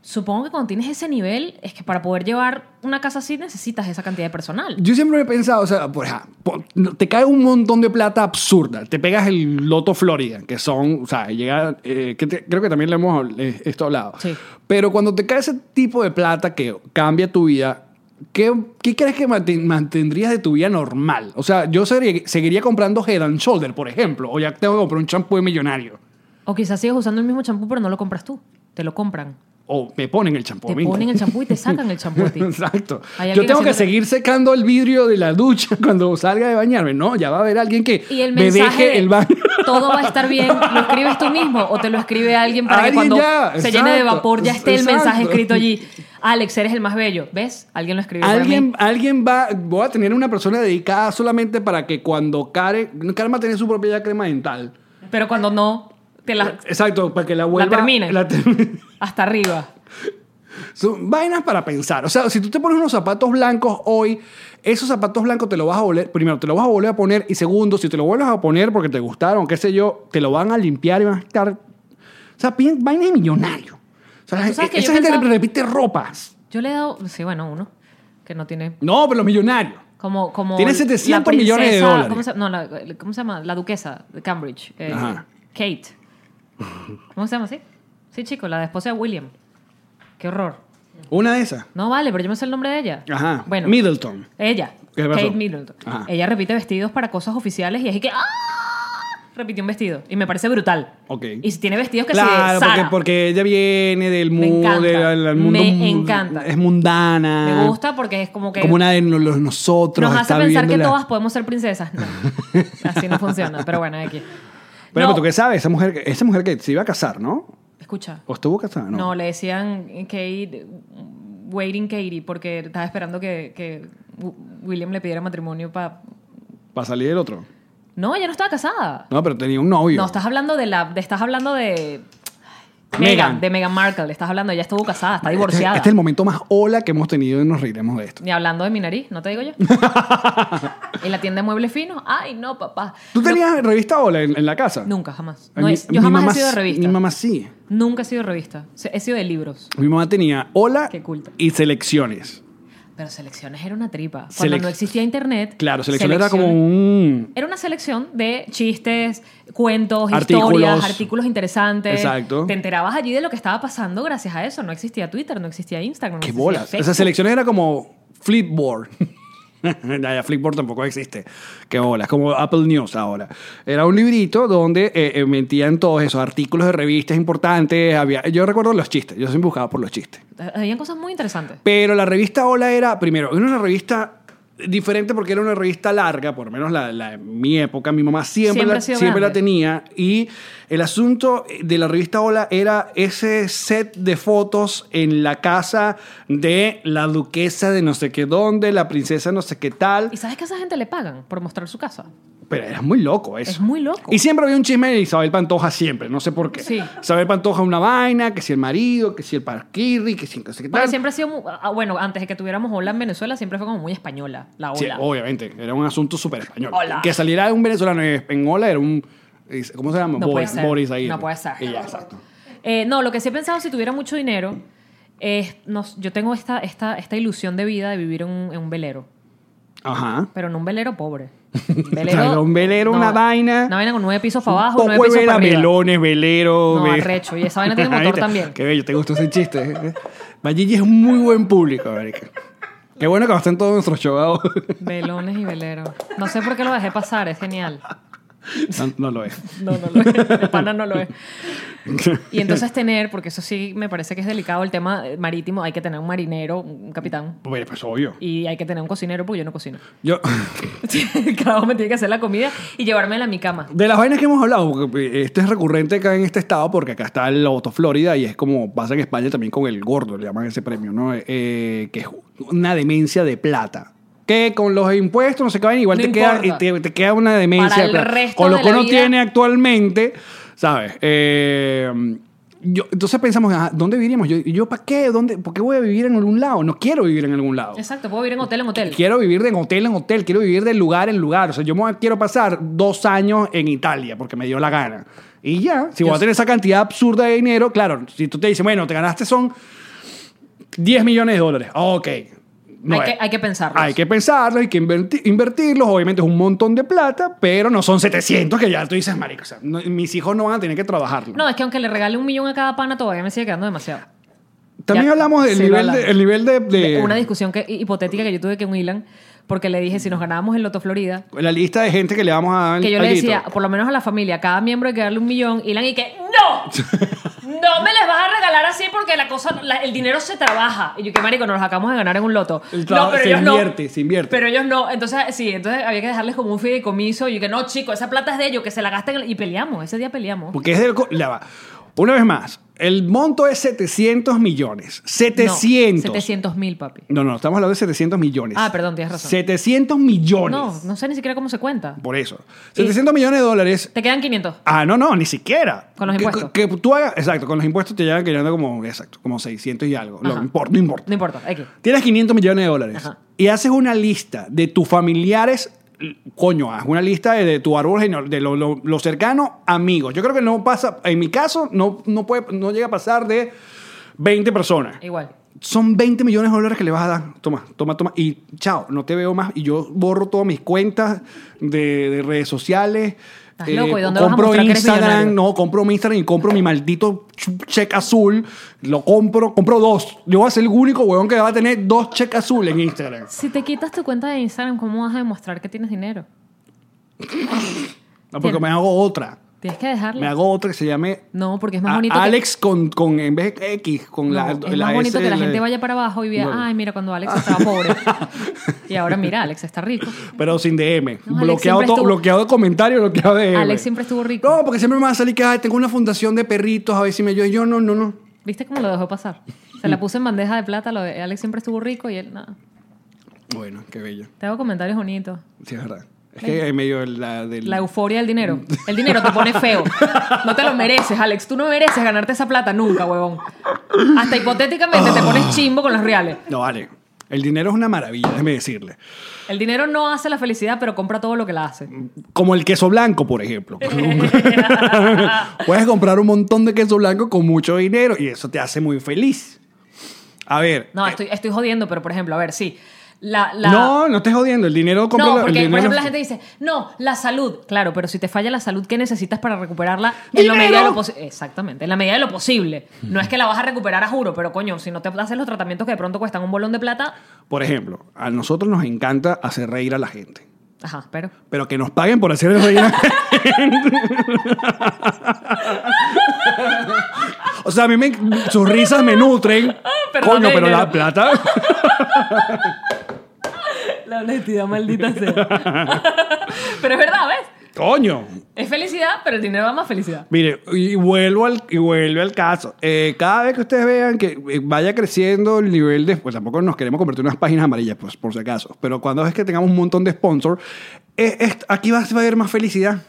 S2: Supongo que cuando tienes ese nivel, es que para poder llevar una casa así necesitas esa cantidad de personal.
S4: Yo siempre he pensado, o sea, por ejemplo, por- no, te cae un montón de plata absurda. Te pegas el Loto Florida, que son, o sea, llega, eh, que te- creo que también le hemos habl- eh, esto hablado.
S2: Sí.
S4: Pero cuando te cae ese tipo de plata que cambia tu vida, ¿qué, qué crees que manten- mantendrías de tu vida normal? O sea, yo seguiría, seguiría comprando Head and Shoulder, por ejemplo, o ya tengo que comprar un champú de millonario.
S2: O quizás sigues usando el mismo champú, pero no lo compras tú. Te lo compran.
S4: O me ponen el champú. a
S2: te
S4: mí.
S2: ponen el champú y te sacan el champú a ti.
S4: Exacto.
S2: Hay
S4: Yo
S2: alguien
S4: tengo que
S2: haciendo-
S4: seguir secando el vidrio de la ducha cuando salga de bañarme. No, ya va a haber alguien que
S2: Y el
S4: me
S2: mensaje
S4: deje
S2: de
S4: el baño.
S2: todo va a estar bien, lo escribes tú mismo o te lo escribe alguien para que
S4: Alguien
S2: cuando
S4: ya,
S2: se llene de
S4: exacto,
S2: vapor ya esté el
S4: exacto.
S2: mensaje escrito allí. Alex, eres el más bello. ¿Ves? Alguien lo escribió para mí.
S4: Alguien, alguien va, voy a tener una persona dedicada solamente para que cuando Karen, Karen va a tener su propia ya crema dental.
S2: Pero cuando no, te la...
S4: Exacto, para que la vuelva.
S2: termine.
S4: termine.
S2: hasta arriba.
S4: Son vainas para pensar. O sea, si tú te pones unos zapatos blancos hoy, esos zapatos blancos te los vas a volver, primero, te los vas a volver a poner y segundo, si te los vuelves a poner porque te gustaron, qué sé yo, te lo van a limpiar y van a estar... O sea, piden vainas de millonario. O sea, la
S2: Tú sabes
S4: gente-
S2: que yo
S4: esa gente
S2: pensaba-
S4: le repite ropas.
S2: Yo le he dado... Sí, bueno, uno que no tiene
S4: No, pero los millonarios.
S2: Como, como
S4: Tiene
S2: la
S4: 700 millones de dólares.
S2: ¿cómo se, no, la- ¿cómo se llama? La duquesa de Cambridge. eh,
S4: Ajá.
S2: Kate. ¿Cómo se llama así? Sí, chico, la esposa de William. Qué horror.
S4: Una de esas.
S2: No vale, pero yo me sé el nombre de ella.
S4: Ajá. Middleton.
S2: Ella.
S4: ¿Qué pasó?
S2: Kate Middleton.
S4: Ajá.
S2: Ella repite vestidos para cosas oficiales y es que. ¡Ah! Repitió un vestido. Y me parece brutal.
S4: Ok.
S2: Y si tiene vestidos que
S4: Claro,
S2: se
S4: porque, porque ella viene del mundo,
S2: encanta.
S4: del, del mundo.
S2: Me
S4: mu-
S2: encanta.
S4: Es mundana.
S2: Me gusta porque es como que.
S4: Como una de no- los nosotros.
S2: Nos hace
S4: está
S2: pensar que
S4: viviendo la-
S2: todas podemos ser princesas. No. Así no funciona. Pero bueno, aquí.
S4: Pero,
S2: No.
S4: pero tú qué sabes, esa mujer, esa mujer que se iba a casar, ¿no?
S2: Escucha.
S4: ¿O estuvo casada? No.
S2: No, le decían Kate, waiting Katie, porque estaba esperando que, que Wi- William le pidiera matrimonio para...
S4: Para salir del otro.
S2: No, ella no estaba casada.
S4: No, pero tenía un novio.
S2: No, estás hablando de la... de- estás hablando de...
S4: Meghan.
S2: Megan, de Meghan Markle, estás hablando, ella estuvo casada, está divorciada.
S4: Este, este es el momento más hola que hemos tenido y nos reiremos de esto.
S2: Ni hablando de mi nariz, no te digo yo. en la tienda de muebles finos, ay no, papá.
S4: ¿Tú
S2: No,
S4: tenías revista hola en, en la casa?
S2: nunca, jamás.
S4: Ay,
S2: No,
S4: mi-
S2: es- yo
S4: mi
S2: jamás
S4: mamá
S2: he sido de
S4: sí-
S2: revista.
S4: Mi mamá sí.
S2: Nunca he sido de revista. He sido de libros.
S4: Mi mamá tenía hola
S2: Qué culta.
S4: y selecciones.
S2: Pero selecciones era una tripa. Cuando
S4: Selec-
S2: no existía internet.
S4: Claro, selección era como
S2: Selecciones-
S4: un...
S2: Era una selección de chistes, cuentos,
S4: Artículos.
S2: historias, artículos interesantes.
S4: Exacto.
S2: Te enterabas allí de lo que estaba pasando gracias a eso. No existía Twitter, no existía Instagram. no
S4: ¡Qué
S2: existía
S4: bolas!
S2: Facebook.
S4: Esa selección era como Flipboard. ya, ya, Flipboard tampoco existe. ¡Qué bolas! Como Apple News ahora. Era un librito donde eh, eh, metían todos esos artículos de revistas importantes. Había, yo recuerdo los chistes. Yo siempre buscaba por los chistes.
S2: Habían cosas muy interesantes.
S4: Pero la revista Hola era, primero, era una revista diferente porque era una revista larga, por lo menos la, la- mi época, mi mamá siempre,
S2: Siempre
S4: la,
S2: ha sido
S4: siempre la
S2: grande.
S4: tenía. Y el asunto de la revista Hola era ese set de fotos en la casa de la duquesa de no sé qué dónde, la princesa no sé qué tal.
S2: ¿Y sabes que a esa gente le pagan por mostrar su casa?
S4: Pero era muy loco eso.
S2: Es muy loco.
S4: Y siempre había un chisme de Isabel Pantoja, siempre, no sé por qué.
S2: Sí.
S4: Isabel Pantoja una vaina, que si el marido, que si el parquirri, que si no sé qué
S2: Porque
S4: tal.
S2: siempre ha sido, mu- ah, bueno, antes de que tuviéramos Hola en Venezuela, siempre fue como muy española la
S4: Sí,
S2: Hola.
S4: obviamente, era un asunto súper español.
S2: Hola.
S4: Que saliera un venezolano en hola era un. ¿Cómo se llama?
S2: No puede
S4: Boris,
S2: ser.
S4: Boris Aguirre.
S2: No puede ser.
S4: Y ya, exacto.
S2: Eh, no, lo que sí he pensado, si tuviera mucho dinero, es, no s- yo tengo esta, esta, esta ilusión de vida de vivir en un, en un velero,
S4: Ajá.
S2: pero no un velero pobre. Un
S4: Claro, un velero, una vaina.
S2: Una vaina con nueve pisos
S4: Un
S2: para abajo,
S4: poco
S2: nueve
S4: de
S2: pisos para
S4: vela,
S2: arriba.
S4: melones, velero.
S2: No,
S4: ve-
S2: arrecho. Y esa vaina tiene motor
S4: ¿Viste?
S2: también.
S4: Qué bello, te gustó ese chiste. eh? Valligi es un muy buen público, marica. Qué bueno que va a estar en todos nuestros shows.
S2: Velones y velero. No sé por qué lo dejé pasar, es genial.
S4: No, no lo es.
S2: No, no lo es. De pana no lo es. Y entonces tener, porque eso sí me parece que es delicado el tema eh, marítimo, hay que tener un marinero, un capitán.
S4: Bueno, pues obvio.
S2: Y hay que tener un cocinero porque yo no cocino.
S4: Yo.
S2: Cada uno me tiene que hacer la comida y llevármela a mi cama.
S4: De las vainas que hemos hablado, porque este es recurrente acá en este estado, porque acá está el Loto Florida y es como pasa en España también con el gordo, le llaman ese premio, ¿no? Eh, que es una demencia de plata. Que con los impuestos, no sé qué, vaina, igual
S2: No
S4: te, queda,
S2: importa.
S4: te, te queda una demencia.
S2: Para
S4: de
S2: el
S4: plata.
S2: resto
S4: con lo
S2: de
S4: que
S2: la
S4: uno
S2: vida.
S4: tiene actualmente, ¿sabes? Eh, yo, entonces pensamos, ajá, ¿dónde viviríamos? Yo, ¿Yo para qué? ¿Dónde, ¿Por qué voy a vivir en algún lado? No quiero vivir en algún lado.
S2: Exacto, puedo vivir en hotel en hotel.
S4: Quiero vivir de hotel en hotel, quiero vivir de lugar en lugar. O sea, yo me voy a- quiero pasar dos años en Italia porque me dio la gana. Y ya, si voy a tener esa cantidad absurda de dinero, claro, si tú te dicen, bueno, te ganaste son 10 millones de dólares. Ah, Ok. No
S2: Hay
S4: es.
S2: que- hay que pensarlos.
S4: Hay que pensarlos, hay que inverti- invertirlos. Obviamente es un montón de plata, pero no son 700 que ya tú dices, marico, o sea, no- mis hijos no van a tener que trabajarlo.
S2: No, es que aunque le regale un millón a cada pana, todavía me sigue quedando demasiado.
S4: También
S2: ya-
S4: hablamos del
S2: sí, lo
S4: nivel, de,
S2: hablamos.
S4: el nivel de, de-
S2: Una discusión que, hipotética que yo tuve con Ilan, porque le dije, si nos ganábamos el Loto Florida,
S4: la lista de gente que le vamos a dar.
S2: que yo le
S4: alguito.
S2: decía, por lo menos a la familia, a cada miembro hay que darle un millón, Ilan, y que ¡No! No me les vas a regalar así porque la cosa, la- el dinero se trabaja. Y yo, que marico, nos los acabamos de ganar en un loto.
S4: El trabajo-
S2: no, pero
S4: se
S2: ellos
S4: invierte,
S2: no.
S4: se invierte.
S2: Pero ellos no. Entonces, sí, entonces había que dejarles como un fideicomiso. Y yo, que no, chico, esa plata es de ellos, que se la gasten. en el-". Y peleamos, ese día peleamos.
S4: Porque es del... co- ya va. Una vez más, el monto es 700 millones. 700.
S2: No, 700 mil, papi.
S4: No, no, estamos hablando de 700 millones.
S2: Ah, perdón, tienes razón.
S4: 700 millones.
S2: No, no sé ni siquiera cómo se cuenta.
S4: Por eso.
S2: Y-
S4: 700 millones de dólares.
S2: Te quedan 500.
S4: Ah, no, no, ni siquiera.
S2: Con los
S4: Que-
S2: impuestos.
S4: Que, que tú hagas, exacto, con los impuestos te llegan quedando como, exacto, como 600 y algo. No
S2: Ajá.
S4: importa, no importa.
S2: No importa, X.
S4: Tienes 500 millones de dólares
S2: Ajá.
S4: y haces una lista de tus familiares, l- coño, haz una lista de, de tu árbol, geneal- de lo, lo- lo cercano, amigos. Yo creo que no pasa, en mi caso, no, no, puede, no llega a pasar de 20 personas.
S2: Igual.
S4: Son 20 millones de dólares que le vas a dar. Toma, toma, toma. Y chao, no te veo más. Y yo borro todas mis cuentas de, de redes sociales. Eh,
S2: Estás loco, ¿y dónde vas a
S4: compro
S2: mostrar que eres
S4: Instagram,
S2: millonario?
S4: no, compro mi Instagram y compro mi maldito ch- check azul. Lo compro, compro dos. Yo voy a ser el único huevón que va a tener dos check azul en Instagram.
S2: Si te quitas tu cuenta de Instagram, ¿cómo vas a demostrar que tienes dinero?
S4: No, porque
S2: Bien.
S4: me hago otra.
S2: Tienes que dejarlo.
S4: Me hago otra que se llame
S2: No, porque es más
S4: A-
S2: bonito. que-
S4: Alex con, con, en vez de X, con
S2: No,
S4: la.
S2: es más bonito que la gente vaya para abajo y vea,
S4: Bueno.
S2: ay, mira, cuando Alex estaba pobre. y ahora mira, Alex está rico.
S4: Pero sin DM.
S2: No, Alex
S4: bloqueado,
S2: siempre
S4: todo,
S2: estuvo-
S4: bloqueado de comentarios, bloqueado de DM.
S2: Alex siempre estuvo rico.
S4: Eh, No, porque siempre me va a salir que "Ay, tengo una fundación de perritos, a ver si me yo. Yo no, no, no.
S2: ¿Viste cómo lo dejó pasar? Se la puse en bandeja de plata, lo de Alex siempre estuvo rico y él, nada.
S4: Bueno, qué bello.
S2: Te hago comentarios bonitos.
S4: Sí, es verdad. Es que en medio de la del.
S2: La euforia del dinero. El dinero te pone feo. No te lo mereces, Alex. Tú no mereces ganarte esa plata nunca, huevón. Hasta hipotéticamente te
S4: Ah.
S2: pones chimbo con los reales.
S4: No, vale. El dinero es una maravilla, déjeme decirle.
S2: El dinero no hace la felicidad, pero compra todo lo que la hace.
S4: Como el queso blanco, por ejemplo. Puedes comprar un montón de queso blanco con mucho dinero y eso te hace muy feliz. A ver.
S2: No,
S4: eh,
S2: estoy, estoy jodiendo, pero por ejemplo, a ver, sí. La, la-
S4: No, no estés jodiendo. El dinero compra
S2: No,
S4: la- el
S2: porque por
S4: dinero-
S2: ejemplo la gente dice, no, la salud. Claro, pero si te falla la salud, ¿qué necesitas para recuperarla? En la
S4: ¡Dinero!
S2: medida de lo posible. Exactamente, en la medida de lo posible. No es que la vas a recuperar a juro, pero coño, si no te haces los tratamientos que de pronto cuestan un bolón de plata,
S4: Por ejemplo, a nosotros nos encanta hacer reír a la gente.
S2: ajá, pero.
S4: Pero que nos paguen por hacer reír a la gente. o sea, a mí me, sus risas me nutren.
S2: perdón,
S4: Coño,
S2: el
S4: pero la
S2: dinero.
S4: plata.
S2: La honestidad maldita sea. pero es verdad, ¿ves?
S4: Coño.
S2: Es felicidad, pero el dinero da más felicidad.
S4: Mire, y vuelvo al, y vuelvo al caso. Eh, cada vez que ustedes vean que eh, vaya creciendo el nivel de... Pues tampoco nos queremos convertir en unas páginas amarillas, pues, por si acaso. Pero cuando es que tengamos un montón de sponsors, eh, es- aquí va, va a haber más felicidad.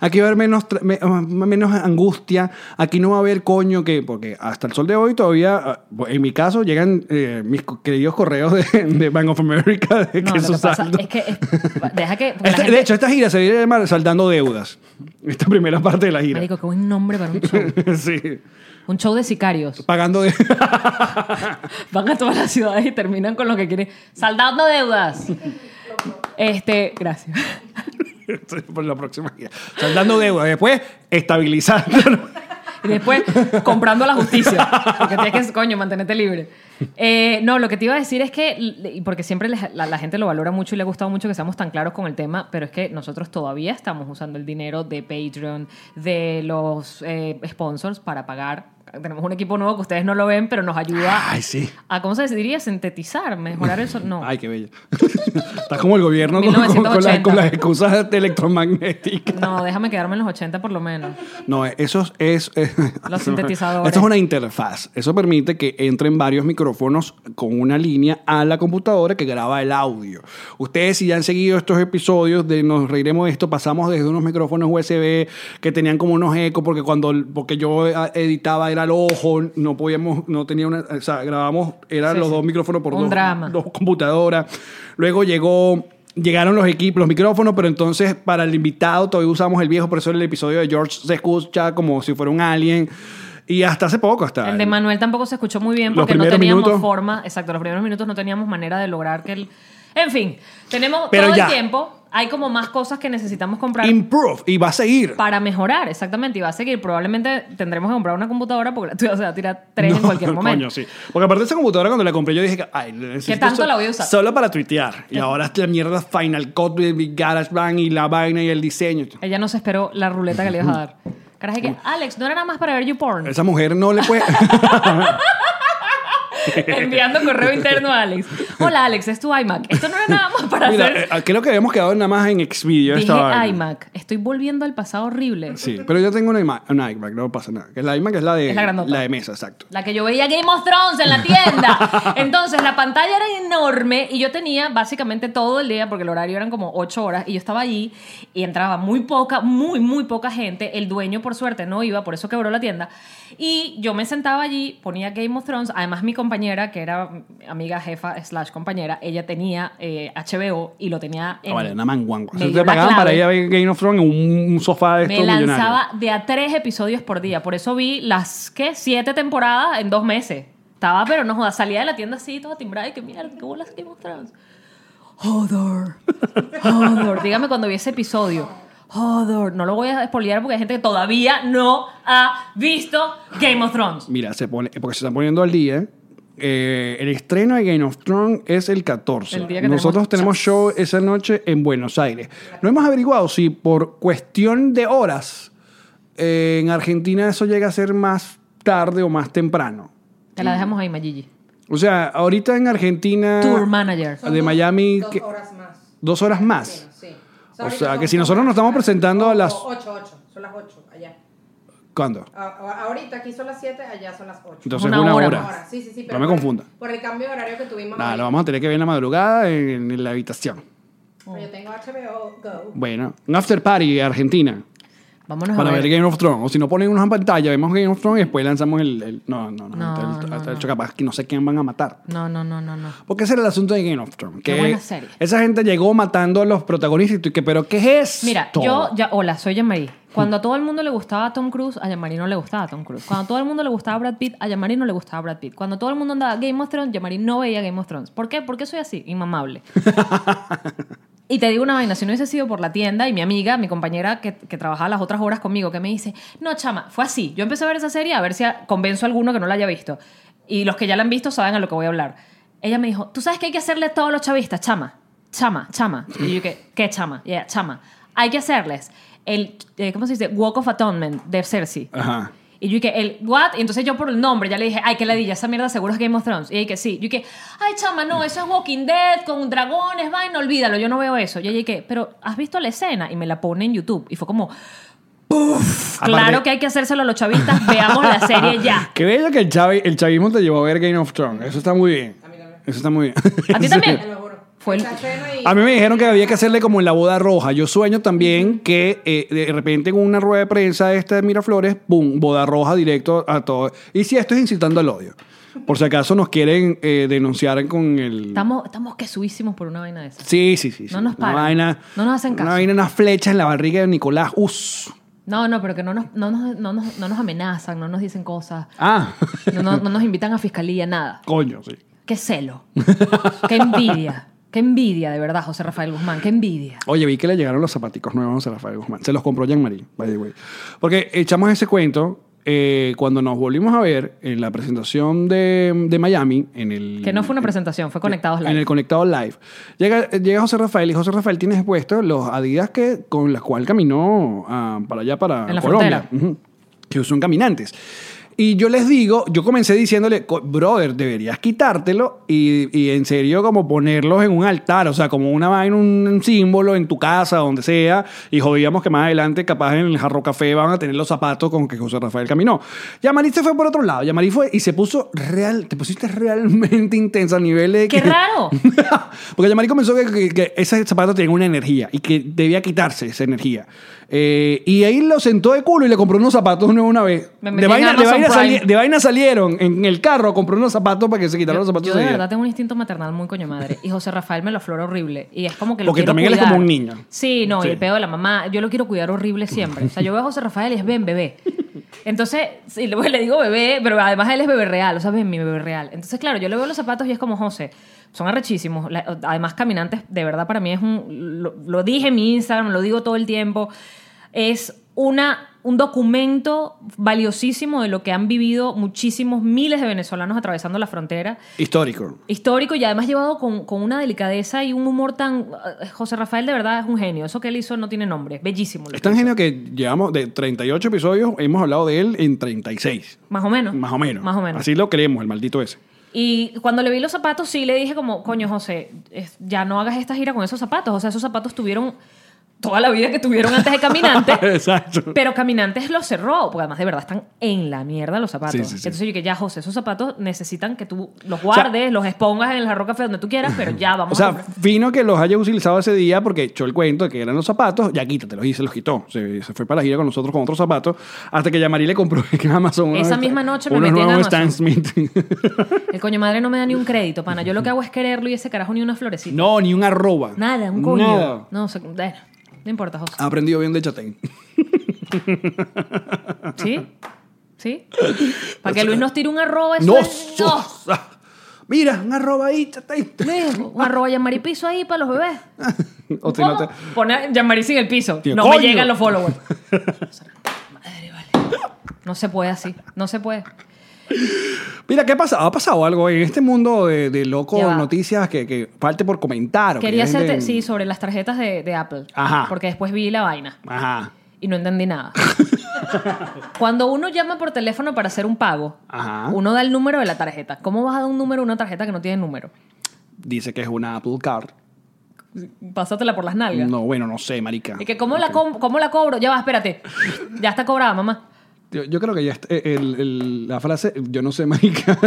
S4: Aquí va a haber menos, tra- me- ah, menos angustia. Aquí no va a haber coño que... Porque hasta el sol de hoy todavía... ah, En mi caso llegan eh, mis co- queridos correos de, de Bank of America. De
S2: No,
S4: que
S2: lo
S4: su
S2: que pasa
S4: saldo-
S2: es que. es- deja que. porque la
S4: Esta- Este, De
S2: gente-
S4: hecho, esta gira se viene a llamar Saldando Deudas. Esta primera parte de la gira.
S2: Marico, qué buen nombre para un show.
S4: sí.
S2: Un show de sicarios.
S4: Pagando de...
S2: Van a todas las ciudades y terminan con lo que quieren. Saldando deudas. Este, gracias.
S4: por la próxima guía. Saldando deuda. Después, estabilizando.
S2: Y después, comprando la justicia. Porque tienes que, coño, mantenerte libre. Eh, no, lo que te iba a decir es que, y porque siempre les- la, la gente lo valora mucho y le ha gustado mucho que seamos tan claros con el tema, pero es que nosotros todavía estamos usando el dinero de Patreon, de los eh, sponsors para pagar. Tenemos un equipo nuevo que ustedes no lo ven, pero nos ayuda
S4: Ay, sí.
S2: a, ¿cómo se diría? Sintetizar, mejorar el sonido. No.
S4: Ay, qué bello. Estás como el gobierno con, con- con las-
S2: 1980.
S4: con las excusas de electromagnéticas.
S2: No, déjame quedarme en los 80 por lo menos.
S4: No, eso es... es
S2: Los sintetizadores.
S4: Esto es una interfaz. Eso permite que entren varios micrófonos con una línea a la computadora que graba el audio. Ustedes si ya han seguido estos episodios de Nos Reiremos de Esto, pasamos desde unos micrófonos USB que tenían como unos ecos porque cuando porque yo eh, editaba era al ojo, no podíamos, no tenía una... O sea, grabamos, eran
S2: Sí,
S4: los
S2: sí.
S4: dos micrófonos por
S2: Un
S4: dos,
S2: drama.
S4: dos computadoras. Luego llegó, llegaron los equipos, los micrófonos, pero entonces para el invitado todavía usamos el viejo, por eso el episodio de George se escucha como si fuera un alien. Y hasta hace poco, hasta.
S2: El de Manuel tampoco se escuchó muy bien
S4: Los
S2: porque no
S4: primeros
S2: teníamos
S4: minutos.
S2: forma. Exacto, los primeros minutos no teníamos manera de lograr que el. En fin, tenemos
S4: Pero
S2: todo
S4: ya.
S2: el tiempo. Hay como más cosas que necesitamos comprar
S4: Improve y va a seguir.
S2: para mejorar, exactamente. Y va a seguir. Probablemente tendremos que comprar una computadora porque la tuya se va a tirar tres en
S4: No,
S2: cualquier momento.
S4: coño, sí. Porque aparte esa computadora cuando la compré yo dije, que, ay, la necesito
S2: tanto
S4: so-
S2: la voy a usar? Eh.
S4: Solo para tuitear. Y ahora esta mierda Final Cut, y GarageBand y la vaina y el diseño.
S2: Ella no se esperó la ruleta que le ibas a dar. Caraje que, Alex, no era nada más para ver YouPorn.
S4: Esa mujer no le puede...
S2: Enviando correo interno a Alex. Hola, Alex, es tu iMac. Esto no era nada más para
S4: Mira,
S2: hacer.
S4: eh, creo que habíamos quedado nada más en Xvideo.
S2: Dije
S4: esta vaina.
S2: iMac. Estoy volviendo al pasado horrible.
S4: Sí, pero yo tengo una, ima- una iMac, no pasa nada. Que La iMac es la de,
S2: Es la grandota.
S4: de mesa, exacto.
S2: La que yo veía Game of Thrones en la tienda. Entonces la pantalla era enorme y yo tenía básicamente todo el día, porque el horario eran como ocho horas, y yo estaba allí y entraba muy poca, muy, muy poca gente. El dueño, por suerte, no iba, por eso quebró la tienda. Y yo me sentaba allí, ponía Game of Thrones. Además, mi compañera, que era amiga, jefa, slash compañera, ella tenía eh, HBO y lo tenía en.
S4: Ah, vale, una manguangua.
S2: me
S4: Entonces
S2: dio
S4: te
S2: la
S4: pagaban
S2: clave.
S4: para ir a ver Game of Thrones en un, un sofá de estos
S2: Me
S4: millonarios.
S2: lanzaba de a tres episodios por día. Por eso vi las, ¿qué? Siete temporadas en dos meses. Estaba, pero no jodas. Salía de la tienda así, toda timbrada. Y que mierda, qué bolas que mostraron. Hodor. Hodor. Dígame cuando vi ese episodio. Hodor. No lo voy a espolear porque hay gente que todavía no ha visto Game of Thrones.
S4: Mira, se pone, porque se están poniendo al día. eh, el estreno de Game of Thrones es el 14.
S2: El día que
S4: Nosotros tenemos
S2: tenemos
S4: show esa noche en Buenos Aires. No hemos averiguado si por cuestión de horas eh, en Argentina eso llega a ser más tarde o más temprano.
S2: Te la dejamos ahí, Mayigi.
S4: O sea, ahorita en Argentina...
S2: Tour manager.
S4: De Miami,
S6: Dos
S4: que-
S6: horas más.
S4: Dos horas más.
S6: Menos, sí.
S4: O
S6: ahorita
S4: sea,
S6: son
S4: que si
S6: ocho
S4: nosotros nos
S6: horas.
S4: estamos presentando a las-
S6: Ocho, Ocho, ocho. Son las ocho allá.
S4: ¿Cuándo?
S6: A- a- ahorita aquí son las siete, allá son las ocho.
S4: Entonces
S2: Una
S4: una, hora.
S2: hora.
S6: Una hora, sí, sí, sí, pero
S4: no me
S6: por-
S4: confunda.
S6: Por el cambio de horario que tuvimos.
S4: Nada,
S6: hoy.
S4: lo vamos a tener que ver en la madrugada en, en la habitación.
S6: Pero Yo tengo HBO Go.
S4: Bueno, un after party Argentina.
S2: Vámonos
S4: para
S2: a ver.
S4: ver Game of Thrones. O si no ponen unos en pantalla, vemos Game of Thrones y después lanzamos el. el- no, no, no.
S2: No,
S4: hasta el-
S2: no,
S4: hasta el
S2: no.
S4: hecho capaz que no sé quién van a matar.
S2: No, no, no, no, no.
S4: Porque ese era el asunto de Game of Thrones.
S2: Qué
S4: que
S2: buena serie.
S4: Esa gente llegó matando a los protagonistas y tú, que, ¿pero qué es esto?
S2: Mira, yo ya, hola, soy Yamari. Cuando a todo el mundo le gustaba Tom Cruise, a Yamari no le gustaba Tom Cruise. Cuando a todo el mundo le gustaba Brad Pitt, a Yamari no le gustaba Brad Pitt. Cuando todo el mundo andaba Game of Thrones, Yamari no veía Game of Thrones. ¿Por qué? Porque soy así, inmamable. Y te digo una vaina, si no hubiese sido por la tienda y mi amiga, mi compañera que, que trabajaba las otras horas conmigo, que me dice, no, chama, fue así. Yo empecé a ver esa serie a ver si a- convenzo a alguno que no la haya visto. Y los que ya la han visto saben a lo que voy a hablar. Ella me dijo, ¿tú sabes qué hay que hacerle a todos los chavistas? Chama, chama, chama. Y yo, ¿qué, qué chama? Yeah, chama. Hay que hacerles el, eh, ¿cómo se dice? Walk of Atonement de Cersei.
S4: Ajá.
S2: Y yo dije, el what? Y entonces yo por el nombre ya le dije, ay, qué ladilla, esa mierda seguro es Game of Thrones. Y ella que sí. Yo dije, ay, chama, no, eso es Walking Dead con dragones, vaina, olvídalo, yo no veo eso. Y ella que, pero ¿has visto la escena? Y me la pone en YouTube. Y fue como, puff,
S4: Aparte-
S2: claro que hay que hacérselo a los chavistas, veamos la serie ya.
S4: Qué bello que el, chavi- el chavismo te llevó a ver Game of Thrones. Eso está muy bien. Eso está muy bien.
S2: ¿A ti también?
S6: Te lo juro.
S2: Fue el-
S6: Esa escena y-
S4: A mí me dijeron que había que hacerle como en la boda roja. Yo sueño también que eh, de repente en una rueda de prensa esta de Miraflores, ¡pum! Boda roja directo a todo. Y si esto es incitando al odio. Por si acaso nos quieren eh, denunciar con el...
S2: Estamos, estamos que suísimos por una vaina de esa.
S4: Sí, sí, sí. sí.
S2: No nos paran.
S4: Una vaina,
S2: No nos hacen caso.
S4: Una vaina, unas flechas en la barriga de Nicolás. Us.
S2: No, no, pero que no nos, no nos, no nos, no nos amenazan, no nos dicen cosas,
S4: Ah,
S2: no, no- no nos invitan a fiscalía, nada.
S4: coño, sí.
S2: Qué celo. Qué envidia. Qué envidia, de verdad, José Rafael Guzmán. Qué envidia.
S4: Oye, vi que le llegaron los zapaticos nuevos a Rafael Guzmán. Se los compró Jean-Marie, by the way. Porque echamos ese cuento eh, cuando nos volvimos a ver en la presentación de, de Miami. En el,
S2: Que no fue una
S4: en-
S2: presentación, fue Conectados
S4: Mm, En
S2: Live.
S4: el Conectado Live. Llega, llega José Rafael y José Rafael tienes puesto los Adidas que, con las cual caminó ah, para allá, para
S2: En la
S4: Colombia. Ujú. Que son caminantes. Y yo les digo, yo comencé diciéndole, "Co- brother, deberías quitártelo y, y en serio como ponerlos en un altar, o sea, como una vaina, un, un símbolo en tu casa, donde sea. Y jodíamos que más adelante, capaz en el Jarro Café, van a tener los zapatos con que José Rafael caminó. Yamari se fue por otro lado. Yamari fue y se puso real, te pusiste realmente intensa a nivel de...
S2: ¡Qué
S4: que-
S2: raro!
S4: porque Yamari comenzó que, que- que ese zapato tenía una energía y que debía quitarse esa energía. Eh, y ahí lo sentó de culo y le compró unos zapatos nuevos una vez.
S2: Me metí
S4: de,
S2: en
S4: vaina, de,
S2: Amazon
S4: vaina
S2: Prime.
S4: sali- de vaina salieron en el carro, compró unos zapatos para que se quitaran los
S2: Yo,
S4: zapatos.
S2: yo de
S4: seguidos.
S2: verdad tengo un instinto maternal muy coño madre. Y José Rafael me lo flora horrible. Y es como que lo
S4: Porque
S2: quiero
S4: también él es como
S2: cuidar.
S4: un niño.
S2: Sí, no,
S4: Sí.
S2: y el pedo de la mamá. Yo lo quiero cuidar horrible siempre. O sea, yo veo a José Rafael y es ven, bebé. Entonces, sí, le le digo bebé, pero además él es bebé real, o sea, ven mi bebé real. Entonces, claro, yo le veo los zapatos y es como José. Son arrechísimos. La- además, caminantes, de verdad, para mí es un. Lo, lo dije en mi Instagram, lo digo todo el tiempo. Es una. Un documento valiosísimo de lo que han vivido muchísimos miles de venezolanos atravesando la frontera
S4: Histórico.
S2: histórico y además llevado con, con una delicadeza y un humor tan... eh, José Rafael de verdad es un genio. Eso que él hizo no tiene nombre. Bellísimo. lo que
S4: Es tan
S2: hizo.
S4: genio que llevamos de 38 episodios, hemos hablado de él en 36.
S2: Más o menos.
S4: Más o menos.
S2: Ah. Más o menos.
S4: Así lo creemos, el maldito ese.
S2: Y cuando le vi los zapatos, sí le dije como, coño, José, es- ya no hagas esta gira con esos zapatos. O sea, esos zapatos tuvieron toda la vida que tuvieron antes de Caminante.
S4: Exacto.
S2: Pero Caminantes los cerró, porque además de verdad están en la mierda los zapatos.
S4: Sí, sí, sí.
S2: Entonces yo dije, ya, José, esos zapatos necesitan que tú los guardes, los expongas en el jarro café donde tú quieras, pero ya vamos
S4: O
S2: a
S4: sea,
S2: comprar".
S4: fino que los haya utilizado ese día porque echó el cuento de que eran los zapatos, ya quítatelos y se los quitó. Se, se fue para la gira con nosotros con otros zapatos hasta que Yamari le compró en Amazon. unos-
S2: Esa misma noche me
S4: unos
S2: metí en
S4: nuevos
S2: Amazon.
S4: Stan Smith.
S2: El coño madre no me da ni un crédito, pana. Yo lo que hago es quererlo y ese carajo ni una florecita.
S4: no, ni un arroba.
S2: Nada, un coño.
S4: Nada. Ah.
S2: No, se- bueno, no importa, José.
S4: Ha aprendido bien de Chatén.
S2: ¿Sí? ¿Sí? Para que Luis nos tire un arroba. eso
S4: No,
S2: es- no.
S4: Sosa. Mira, un arroba ahí, Chatén.
S2: Un arroba llamaripiso ahí para los bebés.
S4: O si no te-
S2: Poner Yamari sin el piso.
S4: Tío,
S2: no
S4: coño.
S2: me llegan los followers. Madre, vale. No se puede así. No se puede.
S4: Mira, ¿qué ha pasado? Ha pasado algo en este mundo de, de loco
S2: Ya va.
S4: noticias que, que falte por comentar. o que
S2: Quería
S4: gente-
S2: hacerte, sí, sobre las tarjetas de, de Apple.
S4: Ajá.
S2: Porque después vi la vaina.
S4: Ajá,
S2: y no entendí nada. Cuando uno llama por teléfono para hacer un pago,
S4: Ajá.
S2: uno da el número de la tarjeta. ¿Cómo vas a dar un número a una tarjeta que no tiene número?
S4: dice que es una Apple Card.
S2: Pásatela por las nalgas.
S4: No, bueno, no sé, marica.
S2: Y que, ¿cómo, la
S4: Ok.
S2: com- ¿cómo la cobro? Ya va, espérate. Ya está cobrada, mamá.
S4: Yo, yo creo que ya está, eh, el- el- la frase, yo no sé, marica.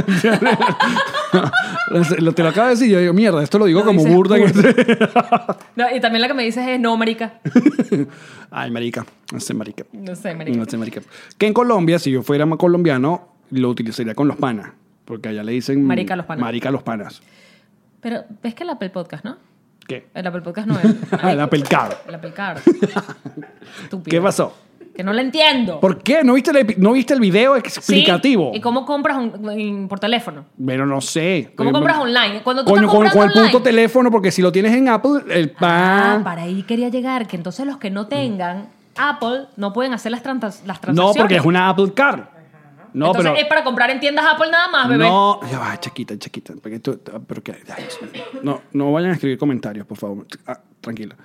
S4: Lo- te lo acabo de decir, yo digo, mierda, esto lo digo
S2: Lo
S4: como
S2: dices
S4: burda. en
S2: burda.
S4: este-
S2: No, y también la que me dices es no, marica.
S4: Ay, marica, no sé, marica.
S2: No sé, marica.
S4: No sé, marica. Que en Colombia, si yo fuera ma- colombiano, lo utilizaría con los panas. Porque allá le dicen...
S2: Marica a los panas.
S4: Marica a los panas.
S2: Pero ves que el Apple Podcast, ¿no?
S4: ¿Qué?
S2: El Apple Podcast no es.
S4: Ah, El Apple Card.
S2: El Apple Card. Estúpido.
S4: ¿Qué pasó?
S2: Que no la entiendo.
S4: ¿Por qué? ¿No viste el, epi- ¿no viste el video
S2: Sí,
S4: explicativo?
S2: ¿Y cómo compras un- en- por teléfono?
S4: Pero no sé.
S2: ¿Cómo
S4: Pero-
S2: compras online? Cuando tú
S4: Coño,
S2: estás
S4: con, con el
S2: comprando
S4: punto
S2: online.
S4: teléfono, porque si lo tienes en Apple, el
S2: Ah,
S4: pan...
S2: para ahí quería llegar, que entonces los que no tengan Apple no pueden hacer las, trans- las transacciones.
S4: no, porque es una Apple Card. No,
S2: entonces
S4: pero...
S2: es para comprar en tiendas Apple nada más, bebé.
S4: No, ya va, chiquita, chiquita. porque tú- pero que- ay, Dios mío. no, no vayan a escribir comentarios, por favor. Ah, tranquila.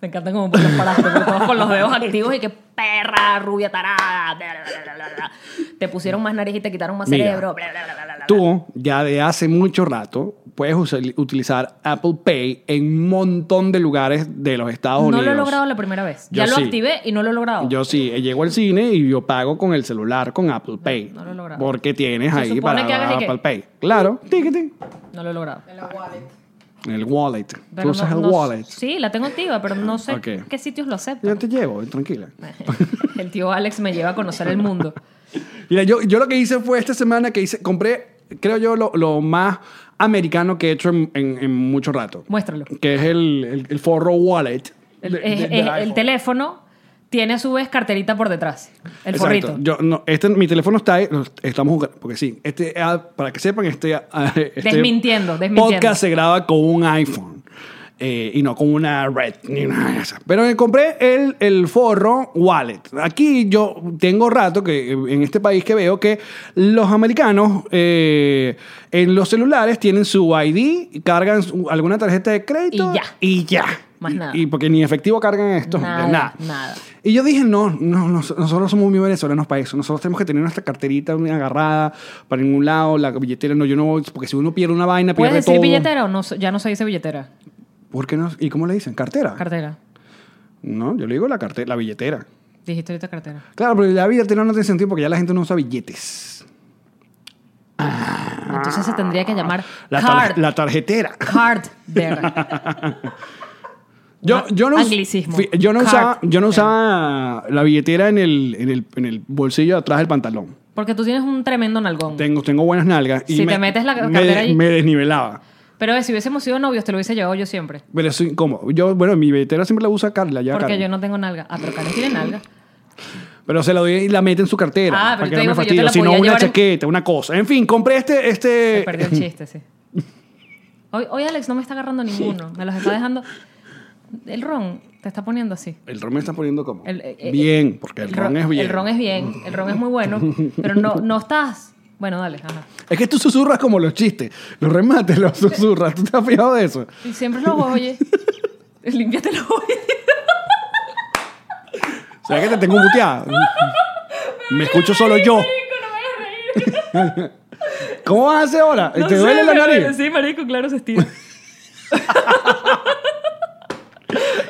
S2: Me encanta como los paraste, pero todos con los dedos activos y que perra, rubia, tarada. bla, bla, bla, bla, bla. Te pusieron más nariz y te quitaron más
S4: Mira,
S2: cerebro. bla, bla, bla, bla, bla, bla.
S4: Tú, ya de hace mucho rato, puedes usar- utilizar Apple Pay en un montón de lugares de los Estados
S2: No
S4: Unidos.
S2: lo he logrado la primera vez.
S4: Yo
S2: ya lo
S4: sí.
S2: activé y no lo he logrado.
S4: Yo sí, eh, llego al cine y yo pago con el celular, con Apple Pay.
S2: no lo he logrado.
S4: Porque tienes
S2: Se
S4: ahí
S2: supone
S4: para
S2: que hagas y que-
S4: Apple Pay. Claro, tiquete.
S2: No lo he logrado.
S6: En la wallet.
S4: El wallet.
S2: Pero
S4: Tú usas
S2: no-
S4: el
S2: no-
S4: wallet.
S2: Sí, la tengo activa, pero no sé
S4: Ok.
S2: qué sitios lo
S4: Yo
S2: aceptan.
S4: te llevo, eh, tranquila.
S2: El tío Alex me lleva a conocer el mundo.
S4: Mira, yo, yo lo que hice fue esta semana que hice, compré, creo yo, lo, lo más americano que he hecho en, en- en mucho rato.
S2: Muéstralo.
S4: Que es el, el, el forro wallet.
S2: El,
S4: de-
S2: es-
S4: de-
S2: es-
S4: del
S2: el
S4: iPhone.
S2: teléfono tiene a su vez carterita por detrás. El
S4: Exacto.
S2: forrito.
S4: Yo, no, este, mi teléfono está ahí, los- estamos jugando, porque sí, este, ah, para que sepan, este, ah, este
S2: Desmintiendo, desmintiendo.
S4: podcast se graba con un iPhone eh, y no con una Red ni nada de eso. Pero me compré el, el forro wallet. Aquí yo tengo rato que eh, en este país que veo que los americanos eh, en los celulares tienen su ID, cargan su- alguna tarjeta de crédito
S2: Y ya.
S4: Y ya.
S2: Más
S4: Y-
S2: nada.
S4: Y porque ni efectivo cargan esto.
S2: Nada,
S4: nada.
S2: nada.
S4: Y yo dije, no, no, no, nosotros somos muy venezolanos para eso. Nosotros tenemos que tener nuestra carterita muy agarrada para ningún lado, la billetera no, yo no, porque si uno pierde una vaina,
S2: ¿Puedes
S4: pierde
S2: decir
S4: todo.
S2: billetera o no? se- Ya no se dice billetera.
S4: ¿Por qué no? ¿Y cómo le dicen? ¿Cartera?
S2: Cartera.
S4: no, yo le digo la cartera, la billetera.
S2: Dijiste ahorita cartera.
S4: Claro, pero la billetera no tiene sentido porque ya la gente no usa billetes.
S2: Entonces se tendría que llamar
S4: Ah. La, tar-
S2: card.
S4: la tarjetera.
S2: Cardera.
S4: Yo, yo no, us-
S2: Ah, Anglicismo.
S4: fi- yo no
S2: Card.
S4: usaba, yo no usaba la billetera en el, en, el, en el bolsillo de atrás del pantalón.
S2: Porque tú tienes un tremendo nalgón.
S4: Tengo, tengo buenas nalgas. Y
S2: Si
S4: me-
S2: te metes la
S4: me-
S2: cartera allí.
S4: me desnivelaba.
S2: Pero eh, si hubiésemos sido novios, te lo hubiese llevado yo siempre.
S4: Pero eso incómodo. Yo, bueno, mi billetera siempre la usa Carla, ya
S2: Porque
S4: Carla.
S2: yo no tengo nalga. Ah, pero Karen tiene nalga.
S4: Pero se la doy y la mete en su cartera.
S2: Ah, pero yo
S4: para que
S2: te
S4: no
S2: digo que
S4: me
S2: yo te
S4: fastidie.
S2: la
S4: Si no,
S2: podía
S4: una
S2: llevar en-
S4: chaqueta, una cosa. En fin, compré este.
S2: Se
S4: este...
S2: perdió el chiste, sí. Hoy, hoy Alex no me está agarrando ninguno. Me los está dejando. El ron te está poniendo así.
S4: El ron me está poniendo como.
S2: El- eh, eh,
S4: bien, porque el, ron, es bien.
S2: El ron es bien, el ron es muy bueno, pero no, no estás. Bueno, dale, ajá.
S4: Es que tú susurras como los chistes. Los remates los susurras. ¿Tú te has fijado de eso?
S2: Y siempre lo oye. Límpiate los oye.
S4: O sea, que te tengo muteada. me escucho solo yo. ¿Cómo vas a hacer ahora? ¿Te duele la nariz?
S2: Sí, marico, claro, se estira.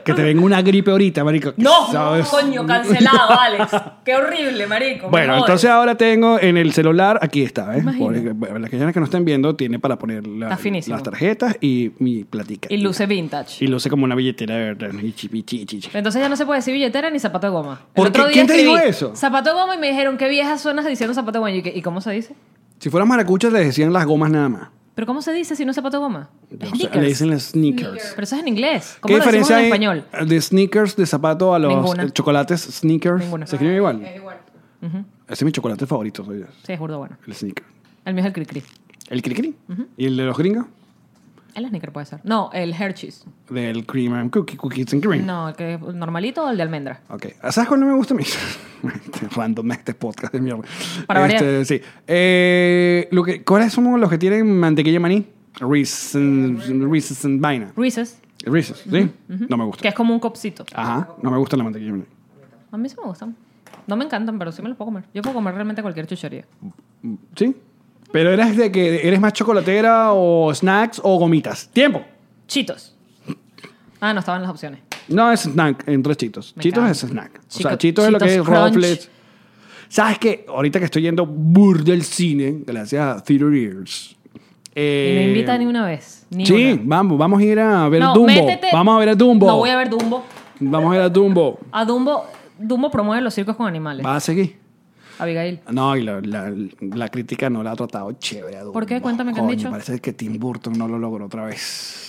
S4: Que te venga una gripe ahorita, marico.
S2: No,
S4: ¿Sabes?
S2: coño, cancelado, Alex. Qué horrible, marico. me
S4: Bueno,
S2: jodes.
S4: entonces ahora tengo en el celular, aquí está, ¿eh?
S2: Imagina.
S4: Por- bueno, las que ya que no están viendo tiene para poner la-
S2: Está finísimo.
S4: las tarjetas y mi platica.
S2: Y luce vintage.
S4: Y luce como una billetera de verdad. Y chi, chi, chi, chi, chi.
S2: Entonces ya no se puede decir billetera ni zapato de goma. El
S4: ¿Por
S2: otro
S4: qué?
S2: día
S4: ¿Quién te dijo
S2: escribí
S4: eso?
S2: Zapato de goma y me dijeron, qué viejas suenas diciendo zapato de goma. Y, yo, ¿qué- ¿y cómo se dice?
S4: Si fueran maracuchas les decían las gomas nada más.
S2: ¿Pero cómo se dice si no es zapato de goma?
S4: O sea,
S2: Sneakers.
S4: le dicen las sneakers.
S6: Sneakers.
S2: Pero eso es en inglés. ¿Cómo lo decimos en español?
S4: de sneakers de zapato a los
S2: Ninguna.
S4: eh, chocolates sneakers?
S2: Ninguna.
S4: ¿Se escribe igual?
S6: Es igual.
S4: Ese es mi chocolate favorito, soy yo.
S2: Sí, es burdo bueno.
S4: El sneaker.
S2: El mío es el cri-cri.
S4: ¿El cri-cri? ¿Y el de los gringos?
S2: El sneaker puede ser. No, el Hershey's.
S4: Del cream and cookie, cookies and cream.
S2: No, el que es normalito o el de almendra.
S4: Ok. ¿Sabes cuál no me gusta a mí? Este Random este podcast de mierda.
S2: Para
S4: este,
S2: variar.
S4: Sí. Eh, lo que, ¿Cuáles son los que tienen mantequilla de maní? Reese's Reese's and vaina.
S2: Reese's,
S4: Reese's, ¿sí? No me gusta.
S2: que es como un copsito.
S4: Ajá. No me gusta la mantequilla de maní.
S2: A mí sí me gustan. No me encantan, pero sí me los puedo comer. Yo puedo comer realmente cualquier chuchería.
S4: ¿Sí? Pero eres de que eres más chocolatera o snacks o gomitas. ¡Tiempo!
S2: Chitos. Ah, no estaban las opciones.
S4: No es snack, entre chitos.
S2: Me
S4: Chitos
S2: encanta.
S4: es snack. o
S2: Chico-
S4: sea, chitos es lo que es
S2: Cheetos Crunch,
S4: Ruffles. ¿Sabes qué? Ahorita que estoy yendo bur del cine, gracias a Theater Ears.
S2: Y no
S4: eh,
S2: invita ni una vez. Ni
S4: Sí,
S2: una.
S4: vamos, vamos a ir a ver
S2: No,
S4: Dumbo.
S2: métete-
S4: Vamos a ver a Dumbo.
S2: No voy a ver Dumbo.
S4: Vamos a ir a Dumbo.
S2: A Dumbo, Dumbo promueve los circos con animales.
S4: ¿Vas a seguir?
S2: Abigail.
S4: No, y la, la- la crítica no la ha tratado chévere a Dumbo.
S2: ¿Por qué? Cuéntame, ¿qué han
S4: Coño,
S2: dicho?
S4: Parece que Tim Burton no lo logró otra vez.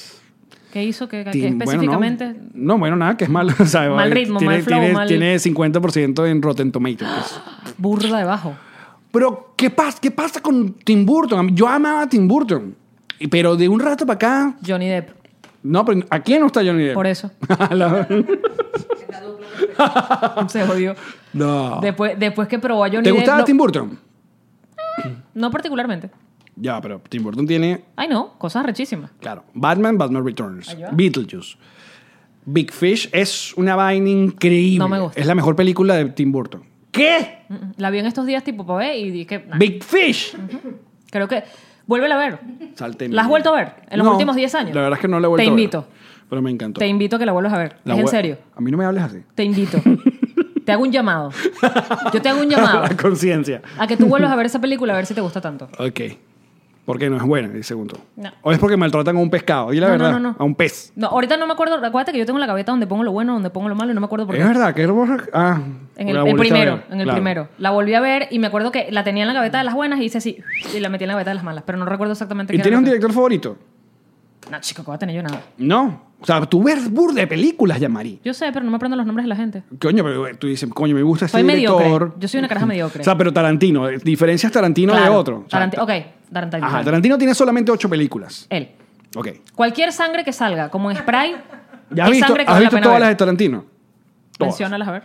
S2: ¿Qué hizo? ¿Qué, qué
S4: Tim- bueno,
S2: específicamente?
S4: no, no, bueno, nada, que es malo. o sea,
S2: Mal ritmo,
S4: tiene,
S2: mal flow,
S4: tiene-
S2: mal-
S4: tiene 50% en Rotten Tomatoes.
S2: Burda debajo.
S4: Pero, ¿qué pasa, ¿qué pasa con Tim Burton? A mí- Yo amaba a Tim Burton. Y- Pero de un rato para acá.
S2: Johnny Depp.
S4: No, pero ¿a quién no está Johnny Depp?
S2: Por eso.
S4: La-
S2: Se jodió.
S4: no.
S2: Después, después que probó a Johnny
S4: Ah. ¿Te
S2: Depp.
S4: gustaba
S2: lo-
S4: Tim Burton?
S2: No particularmente.
S4: Ya, pero Tim Burton tiene,
S2: Ay, no. Cosas rechísimas.
S4: claro, Batman, Batman Returns,
S2: Ahí va.
S4: Beetlejuice. Big Fish es una vaina increíble.
S2: No me gusta.
S4: Es la mejor película de Tim Burton. ¿Qué?
S2: Mm, mm. La vi en estos días tipo para ver y dije... nah,
S4: Big Fish.
S2: creo que... Vuélvela a ver.
S4: Salte
S2: ¿La has vuelto a ver en los
S4: No,
S2: últimos 10 años?
S4: La verdad es que no la he vuelto
S2: Te
S4: a ver.
S2: invito.
S4: Pero me encantó.
S2: Te invito a que la vuelvas a ver.
S4: La
S2: es en
S4: vuel-
S2: serio.
S4: A mí no me hables así.
S2: Te invito. te hago un llamado. Yo te hago un llamado.
S4: La conciencia.
S2: A que tú vuelvas a ver esa película a ver si te gusta tanto.
S4: Ok. Porque no es buena, dice Gunther.
S2: No.
S4: O es porque maltratan a un pescado. Y la
S2: No,
S4: verdad,
S2: no, no, no.
S4: a un pez.
S2: No, ahorita no me acuerdo. Acuérdate que yo tengo la gaveta donde pongo lo bueno, donde pongo lo malo y no me acuerdo por
S4: Es
S2: qué.
S4: verdad, que hermosa. Ah,
S2: En el,
S4: la
S2: el
S4: volviste a
S2: primero,
S4: ver.
S2: en el
S4: Claro.
S2: primero. La volví a ver y me acuerdo que la tenía en la gaveta de las buenas y hice así y la metí en la gaveta de las malas, pero no recuerdo exactamente
S4: ¿Y
S2: qué
S4: tienes
S2: era
S4: un
S2: lo que-
S4: director favorito?
S2: No, chico, ¿qué voy a tener yo nada?
S4: No. O sea, tú ves burda de películas, Yamari.
S2: Yo sé, pero no me aprendo los nombres de la gente.
S4: Coño, pero eh, tú dices, coño, me gusta este
S2: Soy
S4: director.
S2: mediocre. Yo soy una caraja mediocre.
S4: O sea, pero Tarantino, eh, diferencias Tarantino de
S2: Claro.
S4: otro. O sea,
S2: Taranti- ok, Tarantino.
S4: Ajá, Tarantino tiene solamente ocho películas.
S2: Él.
S4: Ok.
S2: Cualquier sangre que salga, como en spray,
S4: ¿Ya has
S2: es
S4: visto,
S2: sangre que
S4: has
S2: vale la
S4: visto
S2: pena
S4: todas
S2: ver.
S4: las de Tarantino? Todas.
S2: Menciónalas, a ver.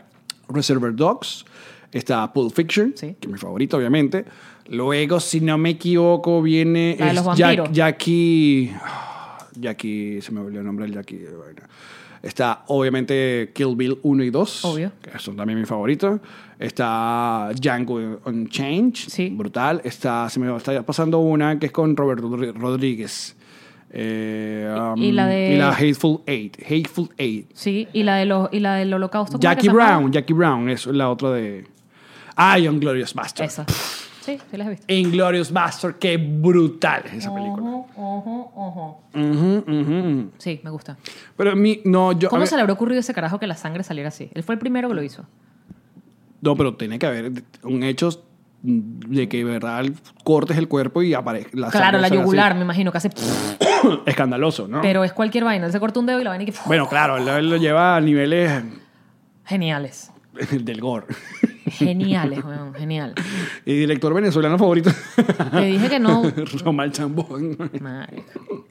S4: Reservoir Dogs, está Pulp Fiction,
S2: Sí.
S4: que es mi favorito, obviamente. Luego, si no me equivoco, viene
S2: La de
S4: es
S2: los
S4: Jack-
S2: vampiros.
S4: Jackie. ah, Jackie, se me olvidó el nombre del Jackie. bueno. Está, obviamente, Kill Bill 1 y 2.
S2: Obvio.
S4: Que son también mis favoritos. Está Django Unchained.
S2: Sí.
S4: Brutal. Está, se me está pasando una que es con Robert Rodri- Rodríguez. Eh, um,
S2: y la de-
S4: y la Hateful Eight. Hateful Eight.
S2: Sí, y la, de los, y la del holocausto. ¿cómo era que
S4: Jackie
S2: se llamaba?
S4: Brown, Jackie Brown, eso es la otra de. Ah, y Glorious Bastard.
S2: Esa. Sí, sí las he visto.
S4: Eh. Inglorious Bastard, qué brutal es esa película.
S2: Ojo, ojo, ojo.
S4: Ujú, ujú, ujú.
S2: Sí, me gusta.
S4: Pero a mí, no, yo. a
S2: ¿Cómo
S4: ver-
S2: se le habrá ocurrido a ese carajo que la sangre saliera así? Él fue el primero que lo hizo.
S4: No, pero tiene que haber un hecho de que de verdad cortes el cuerpo y aparece la
S2: Claro,
S4: sangre
S2: la
S4: sale así.
S2: yugular, me imagino, que hace.
S4: Escandaloso, ¿no?
S2: Pero es cualquier vaina. Él se corta un dedo y la vaina y que.
S4: Bueno, claro, él- él lo lleva a niveles
S2: Geniales.
S4: del gore.
S2: Geniales, weón. Genial.
S4: Y director venezolano favorito.
S2: Te dije que no.
S4: Román Chambón.
S2: Marico.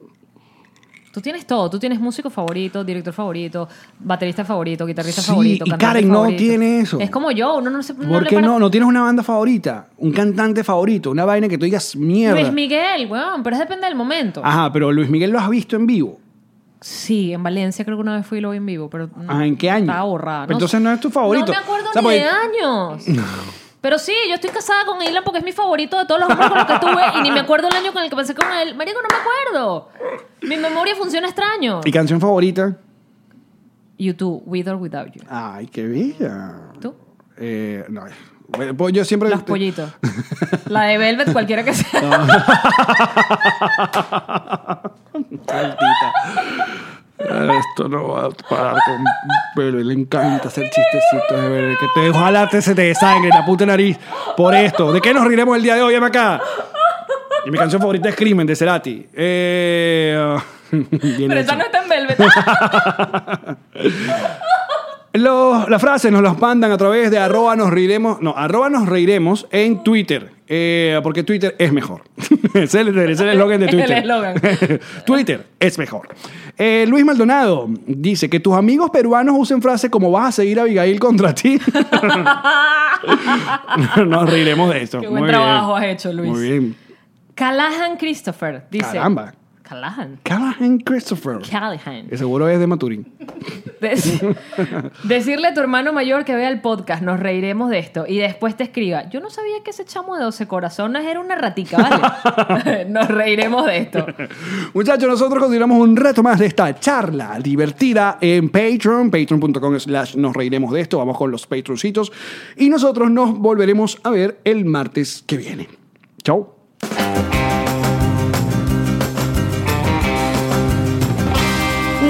S2: Tú tienes todo. Tú tienes músico favorito, director favorito, baterista favorito, guitarrista
S4: Sí,
S2: favorito.
S4: y
S2: cantante
S4: Karen no
S2: favorito.
S4: tiene eso.
S2: Es como yo. Uno no se.
S4: ¿Por
S2: le
S4: qué
S2: para-
S4: no? ¿No tienes una banda favorita? ¿Un cantante favorito? ¿Una vaina que tú digas mierda? Ah.
S2: Luis Miguel, weón. Pero es depende del momento.
S4: Ajá, pero Luis Miguel lo has visto en vivo.
S2: Sí, en Valencia creo que una vez fui y lo vi en vivo, pero no-
S4: Ah, ¿en qué año?
S2: Estaba borrada.
S4: Pero entonces no es tu favorito.
S2: No me acuerdo
S4: O sea,
S2: ni
S4: porque-
S2: de años. Pero sí, yo estoy casada con Ilan porque es mi favorito de todos los hombres con los que estuve y ni me acuerdo el año con el que pensé con él. Marico, no me acuerdo. Mi memoria funciona extraño.
S4: ¿Y canción favorita?
S2: YouTube, With or Without You.
S4: Ay, qué bella.
S2: ¿Tú?
S4: Eh, no, bueno, pues yo siempre...
S2: Los pollitos. La de Velvet, cualquiera que sea.
S4: Maldita. Esto no va a parar con pelo. Le encanta hacer chistecitos de ver que te ojalá te se te desangre la puta nariz por esto. ¿De qué nos riremos el día de hoy, Emma acá? Y mi canción favorita es Crimen de Cerati. Eh, bien
S2: Pero
S4: hecho.
S2: esa no está en Velvet.
S4: Los- las frases nos las mandan a través de arroba nos reiremos, no, arroba nos reiremos en Twitter, Eh, porque Twitter es mejor. es el ese es el eslogan de
S2: El
S4: Twitter.
S2: eslogan.
S4: Twitter es mejor. Eh, Luis Maldonado dice que tus amigos peruanos usen frases como vas a seguir a Abigail contra ti. nos reiremos de eso.
S2: Qué buen trabajo has hecho, Luis.
S4: Muy bien.
S2: Callahan Christopher dice.
S4: Caramba.
S2: Callahan.
S4: Callahan Christopher.
S2: Callahan.
S4: Que seguro es de Maturín.
S2: Dec- Decirle a tu hermano mayor que vea el podcast, nos reiremos de esto. Y después te escriba, yo no sabía que ese chamo de 12 corazones era una ratica, ¿vale? nos reiremos de esto.
S4: Muchachos, nosotros continuamos un rato más de esta charla divertida en Patreon, patreon.com slash nos reiremos de esto, vamos con los patroncitos y nosotros nos volveremos a ver el martes que viene. Chao.